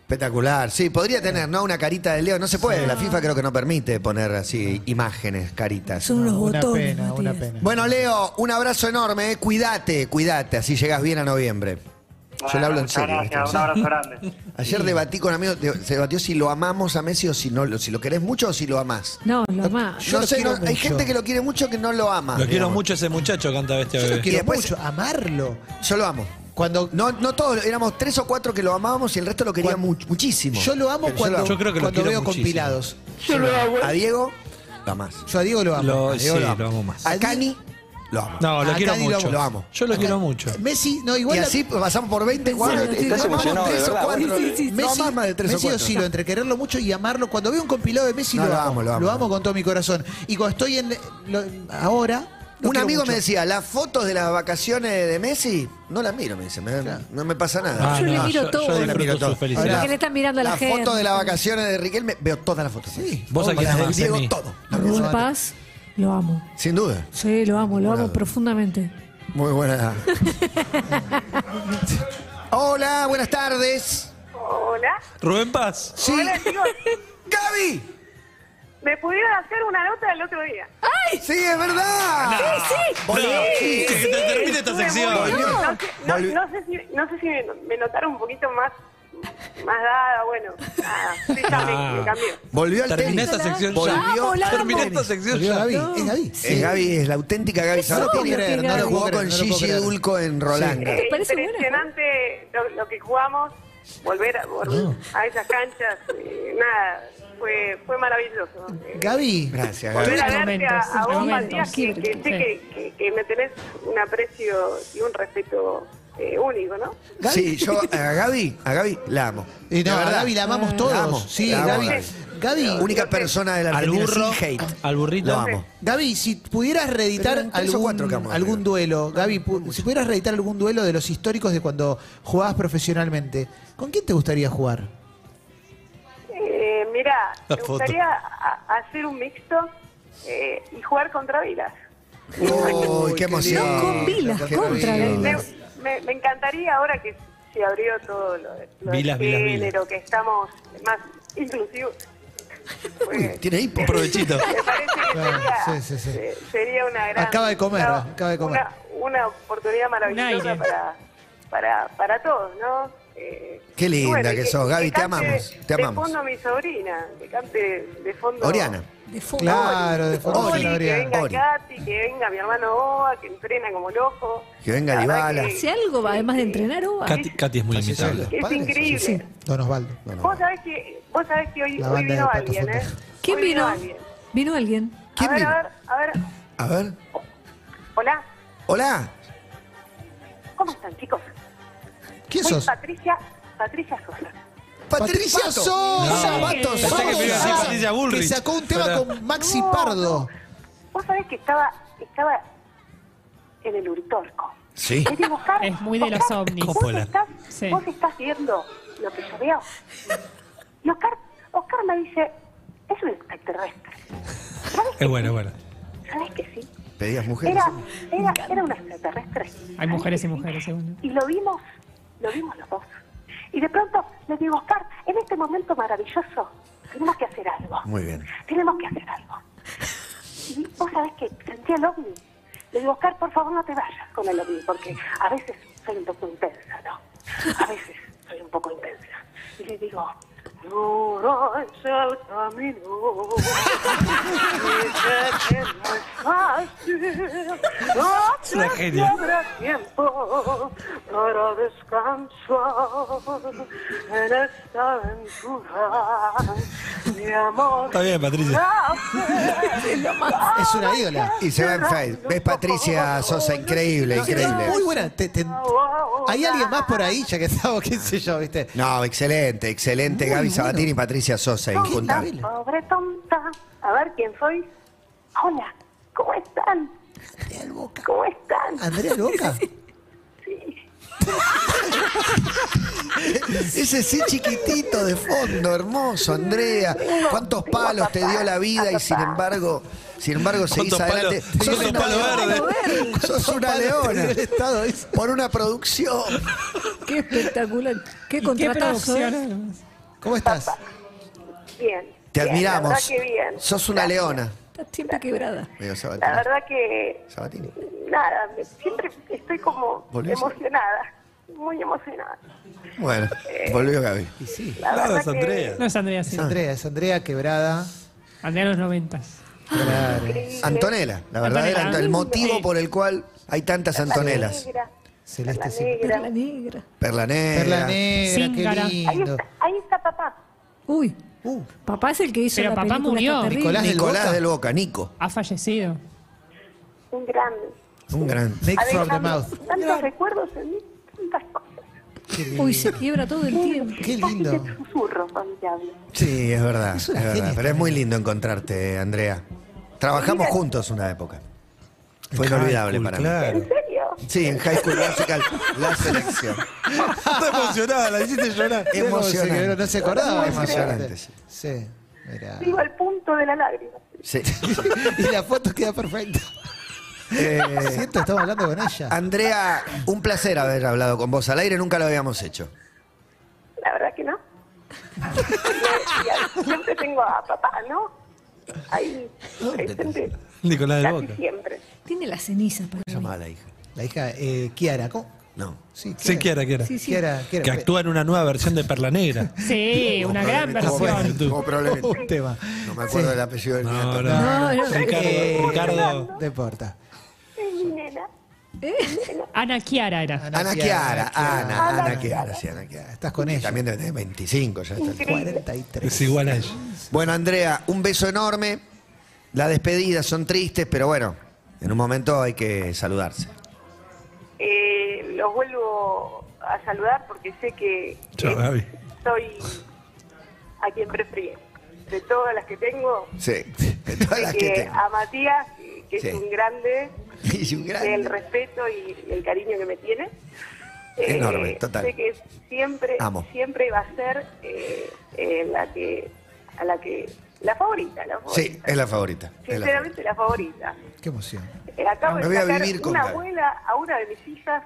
Espectacular, sí, podría tener, ¿no? Una carita de Leo, no se puede, la FIFA creo que no permite poner así imágenes, caritas.
Son unos
Una
botones.
pena, una pena.
Bueno, Leo, un abrazo enorme, ¿eh? cuídate, cuídate, así llegas bien a noviembre. Yo le hablo en
Muchas
serio.
Gracias,
¿viste?
un abrazo grande.
Ayer debatí con amigos, de- se debatió si lo amamos a Messi o si no, lo- si lo querés mucho o si lo amás.
No, lo más.
Yo no sé, no- hay gente que lo quiere mucho que no lo ama.
Lo quiero eh.
digamos.
mucho a ese muchacho, canta Bestia
Yo lo
Bebé.
quiero mucho,
amarlo.
Yo lo amo.
Cuando
no, no todos, éramos tres o cuatro que lo amábamos y el resto lo quería mu- muchísimo.
Yo lo amo
Pero
cuando,
amo.
cuando veo compilados.
Yo lo amo. A Diego lo amás.
Yo a Diego lo amo.
Lo-
a Diego
sí, lo amo más.
A Cani lo amo.
No, lo
A
quiero
Cani lo
mucho.
amo. Lo amo.
Yo lo quiero mucho.
Messi, no, igual.
Y
la-
así pues, pasamos por 20 jugadores.
Sí, sí, sí.
Lo
Estás
amamos tres o
emocionado, de
cuatro.
verdad. Sí, sí, sí.
Messi,
Messi,
más de tres
Messi
o cuatro.
oscilo entre quererlo mucho y amarlo. Cuando veo un compilado de Messi
No,
lo,
lo
amo,
amo, lo amo.
con todo mi corazón. Y cuando estoy en lo- ahora lo
Un
quiero
amigo
mucho.
me decía, las fotos de las vacaciones de Messi, no las miro, me dice, me- no me pasa nada.
Ah,
Yo le no, miro yo- todo. yo
Las
disfruto su
todas.
felicidad.
Ahora,
Porque le están mirando a la
las
gente.
fotos de las vacaciones de Riquelme, veo todas las fotos. Sí,
Vos a quién amás,
Diego,
Emi.
todo.
Rubén Paz, lo amo.
Sin duda.
Sí, lo amo, lo amo profundamente.
Muy buena. Hola, buenas tardes.
Hola.
Rubén Paz.
Sí.
Hola, chicos.
¡Gaby!
Me pudieron hacer una nota el otro día.
¡Ay! ¡Sí, es verdad!
Sí, sí.
Volvió.
Sí,
que te termine esta
Estuve
sección.
muy-
Volvió.
No, sé- no-
Volvió.
no sé si, no sé si me, me notaron un poquito más, más dada, bueno. nada. Sí, ya me- me cambió.
Volvió al
Terminé
tenis.
esta sección
Volvió.
ya. Terminé esta sección
Volvió
ya.
Gaby.
No.
Es Gaby.
Es Gaby, es la auténtica Gaby
Es obvio que
Sabatini.
Gaby. No lo puedo
jugó
creer, no
con
lo puedo
Gigi
creer.
Dulco en Roland.
Eh, impresionante lo, lo que jugamos, volver a, vol- a esas canchas, eh, nada, fue, fue maravilloso. Eh,
Gaby.
Gracias,
Volver a verte
Momentos,
a, a vos,
momentos,
Matías, que, que sé
sí.
que, que- que me tenés un aprecio y un respeto eh, único, ¿no?
Sí, yo a Gaby, a Gaby la amo.
Y no,
La
a
verdad.
Gaby la amamos todos.
La amo,
sí,
la amo,
Gaby. Gaby.
Única persona de la
Al
Argentina
burro,
sin hate.
al burrito.
Lo amo.
Gaby, si pudieras reeditar
Pero eran tres o cuatro que
algún,
amamos,
algún duelo, Gaby, pu- si pudieras reeditar algún duelo de los históricos de cuando jugabas profesionalmente, ¿con quién te gustaría jugar?
Eh, mira,
La
me
foto.
gustaría a- hacer un mixto eh, y jugar contra Vilas.
Uy, qué emoción.
No, con Vilas,
Qué
contra
emoción.
Eh, Me, me- me encantaría ahora que se abrió todo lo, de- lo
Vilas,
del
vilas, vilas.
género, que estamos más inclusivos.
Uy, tiene hipo. Ah,
Un provechito.
Me parece que
Claro, sí, sí, sí.
eh, sería una gran...
Acaba de comer,
una-
acaba de comer.
Una, una oportunidad
Un
maravillosa
aire.
para, para, para todos, ¿no? Eh,
Qué linda
y
que
y
sos, Gaby, te
cante
amamos, te amamos.
De fondo mi sobrina, que cante de fondo...
Oriana.
De fondo.
Claro, de fondo
Ori,
Oriana.
que venga
Ori.
Katy, que venga mi hermano Oa, que entrena como loco.
Que venga Dybala.
Si algo, va, además de entrenar, Uva.
Katy, Katy es muy imitable.
Es increíble.
Don Osvaldo.
Vos sabés que, vos sabés que hoy,
La
hoy
banda de
vino
Pato
alguien, ¿eh?
Fontana.
¿Quién
Hoy
vino?
alguien.
¿Vino alguien?
A ver, a ver, a ver.
A ver.
Hola,
Hola.
¿cómo están, chicos?
¿Quién
Soy
sos?
Patricia, Patricia Sosa.
Patricia
Pato.
Sosa.
No.
Pato
Pensé que me iba a decir
Sosa,
Patricia Bullrich.
que sacó un tema
Pero-
con Maxi
No,
Pardo.
Vos sabés que estaba, estaba en el Uritorco.
Sí.
Es de buscar-
Es muy de los
buscar-
ovnis.
Vos
Coppola.
estás,
Sí.
vos estás viendo lo que yo veo. Y Oscar, Oscar me dice, es un extraterrestre. ¿Sabés
Es bueno, es bueno.
¿Sabés que sí?
Pedías mujeres.
Era, era, era un extraterrestre.
Hay mujeres y mujeres, según.
Y lo vimos, lo vimos los dos. Y de pronto le digo, Oscar, en este momento maravilloso tenemos que hacer algo.
Muy bien.
Tenemos que hacer algo. Y vos sabés que sentí el ovni. Le digo, Oscar, por favor no te vayas con el ovni, porque a veces soy un poco intensa, ¿no? A veces soy un poco intensa. Y le digo, no, no, es el camino. Dice que no es Es
una genia.
Habrá tiempo para descansar en esta aventura. Mi amor.
Está bien, Patricia.
Es una ídola. Y se va en Facebook. ¿Ves, Patricia Sosa? Increíble,
No,
increíble.
es Muy buena. Te- te- ¿Hay alguien más por ahí? Ya que estamos, qué sé yo, ¿viste?
No, excelente, excelente. Gaby Sabatini y Patricia Sosa,
Tonta,
injuntable.
pobre tonta. A ver quién soy. Hola, ¿cómo están? ¿Cómo están?
Andrea Loca.
Ese sí chiquitito de fondo, hermoso, Andrea. ¿Cuántos palos te dio la vida y sin embargo, sin embargo seguís
¿Cuántos palos?
adelante?
¿Cuántos
una
palos
leona.
verdes?
Sos una leona. Por una producción.
Qué espectacular. Qué contratazo. ¿eh?
¿Cómo estás?
Bien.
Te
bien, La verdad
admiramos.
que bien.
Sos una
Gracias.
leona.
Estás siempre quebrada.
Digo, Sabatini.
La verdad que
Sabatini.
nada, me- siempre estoy como
¿Volvés?
emocionada, muy emocionada.
Bueno, volvió Gaby.
Eh, La verdad que
No es Andrea, sí.
Es Andrea, es Andrea quebrada.
Andrea de los 90.
Claro.
Antonella, la verdad
Antonella.
era el motivo por el cual hay tantas Antonelas.
negra,
Celeste, sí.
negra.
La negra.
Perla Negra.
Perla Negra,
Zíngara.
qué lindo.
Ahí está papá.
Uy,
Uh,
papá es el que hizo
Pero
la
papá
película
murió.
esta terrible.
Nicolás del
Nicolás
Boca.
del Boca, Nico.
Ha fallecido.
Un grande.
Un gran.
Nick from the
Alejandro,
mouth.
Tantos recuerdos en mí, tantas cosas.
Uy, se quiebra todo el tiempo.
Qué
Casi
lindo.
te susurro cuando te hablo.
Sí, es verdad,
Es
es
una
verdad.
genia
Pero es muy lindo encontrarte, Andrea. Trabajamos juntos una época. Fue
High
inolvidable
school,
para
claro.
¿En serio?
mí. Sí, en High School Musical, la selección.
Está emocionada, la hiciste llorar.
Mira cómo se
Emocionante.
quebró, No se acordaba.
Emocionante, sí.
Sí. mirá.
Vivo al punto de la lágrima.
Sí.
Y la foto queda perfecta.
Eh,
Siento, estamos hablando con ella.
Andrea, un placer haber hablado con vos al aire, nunca lo habíamos hecho.
La verdad que no. Y- y siempre tengo a papá, ¿no? Ahí, presente.
Nicolás del
Casi
Boca.
siempre.
Tiene la ceniza para mí.
Llamada la hija.
La hija, eh, Kiara. ¿Cómo?
No.
Sí,
Sí, Kiara, Kiara.
Sí, sí.
Kiara, Kiara.
Que actúa en una nueva versión de Perla Negra.
Sí, una gran
Como
versión.
probablemente, como probablemente.
Un tema.
No me acuerdo del apellido del
No, no,
nieto.
No, no.
Eh,
Ricardo, Ricardo.
No importa.
Es mi nena.
Ana Kiara era.
Ana Kiara, Ah, Ana,
Ana Chiara.
Ana Kiara, sí, Ana Kiara.
Estás con ella.
También debe tener 25 ya. está.
Increíble.
43.
Es igual a ella.
Bueno, Andrea, un beso enorme. Las despedidas son tristes, pero bueno, en un momento hay que saludarse.
Eh, los vuelvo a saludar porque sé que
Chao, Gaby.
soy a quien prefiero. De todas las que tengo,
Sí, de todas
sé
las
que,
que tengo.
a Matías, que- que
Sí.
es un grande,
Y un gran-
el respeto y el cariño que me tiene. Eh,
Enorme, total.
Sé que siempre,
Amo.
siempre va a ser eh, eh, la que, a la que, la favorita, la
Sí,
favorita.
es la favorita. es la favorita.
Sinceramente la favorita.
Qué emoción.
Eh, acabo
Me
de
voy a
sacar
vivir con
una
Gaby.
abuela a una de mis hijas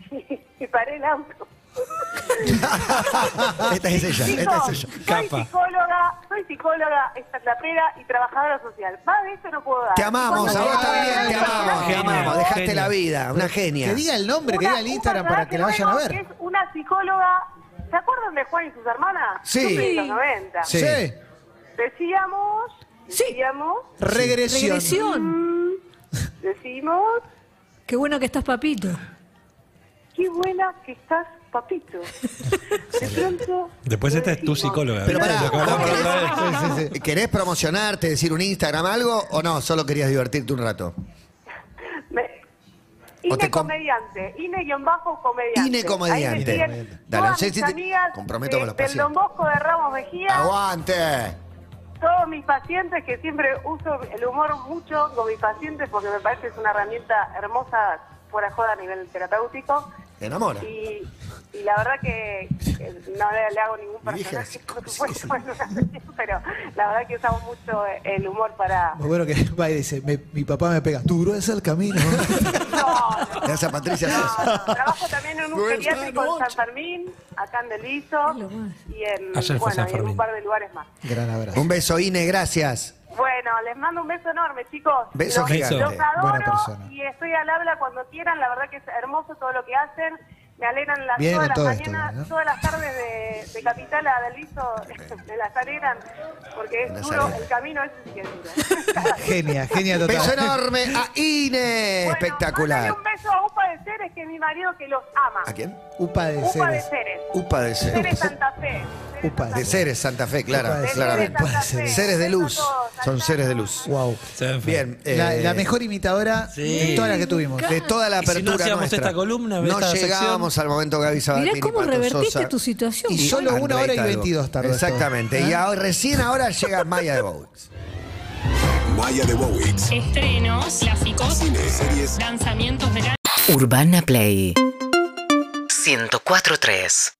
y, paré el auto.
esta es ella, esta es
Chicos,
ella.
soy
Capa.
psicóloga, soy psicóloga, estandapera y trabajadora social. Más de eso no puedo dar.
Te amamos, a vos también, te amamos, te
Genia,
amamos. Dejaste
genia.
la vida, una genia.
Que diga el nombre, que
Una-
diga el
un
Instagram para que la
personaje
vayan a
nuevo que
ver.
Es una psicóloga. ¿Se acuerdan de Juan y sus hermanas?
Sí.
Son de los 90.
Sí.
Decíamos,
Sí.
decíamos,
Regresión.
Regresión.
mm, decimos,
Qué bueno que estás, papito.
qué buena que estás, papito. De pronto.
Después
lo
esta es tu
decimos.
psicóloga.
Pero
¿viste?
pará,
Lo que hablamos
¿vos
otra vez.
Sí, sí, sí.
¿Querés promocionarte, decir un Instagram, algo? ¿O no? ¿Solo querías divertirte un rato?
Me-
O te
Ine
com-
comediante, Ine-comediante.
Ine comediante.
Ahí me siguen
Dale, no
todas
sé
mis
si te-
amigas
comprometo con los
del Don
pacientes.
Bosco de Ramos Mejía.
¡Aguante!
todos mis pacientes, que siempre uso el humor mucho con mis pacientes porque me parece que es una herramienta hermosa fuera de joda a nivel terapéutico.
Te enamora.
Y, y la verdad que eh, no le, le hago ningún
Mi vieja
personaje,
es
por
psicóloga.
supuesto, pero la verdad que usamos mucho el humor para...
Muy bueno que va y dice, "Me- mi papá me pega, duro es el camino.
No,
Gracias a Patricia
No,
Sosa.
no, trabajo también en un
Buenas
geriátrico en San
noches.
Fermín, acá en Delviso,
Es lo más.
y en,
Ayer fue
bueno,
San
y en
Fermín.
un par de lugares más.
Gran abrazo.
Un beso, Ine, gracias.
Bueno, les mando un beso enorme, chicos.
Beso
los,
gigante.
los
Buena
adoro
persona.
y estoy al habla cuando quieran. La verdad que es hermoso todo lo que hacen. Me alegran las,
Bien con
todas las
todo esto,
mañanas,
¿no?
todas las tardes de, de Capital a Delviso, me las alegran porque es
Las
duro,
alegran.
el camino es sí que es duro.
Genia, genia total.
Beso enorme a Ine.
Y
Ah.
Espectacular.
un beso a Upa de Ceres, que es mi marido que los ama.
¿A quién?
Upa de
Upa de
Ceres.
Ceres.
Upa de
Ceres
Ceres.
Santa Fe.
Upa
De Ceres, Santa Fe, clara,
Upa de Ceres.
claramente.
Upa de Ceres.
Seres de luz. Son seres de luz.
Wow.
Bien.
La,
eh,
la mejor imitadora de todas las que tuvimos.
De toda
Y
la
si no
apertura
hacíamos
nuestra.
esta columna,
no
esta
llegábamos al momento Gaby Sabatini.
Mirá cómo
Pato
revertiste
Sosa.
tu situación.
Y solo
Andrei
una hora y
Talgo.
22 tardó esto.
Exactamente. Y ahora- recién ahora llega Maya de Bowix.
Maya de Bowix.
Estrenos, clásicos,
series.
lanzamientos de
Urbana Play 104.3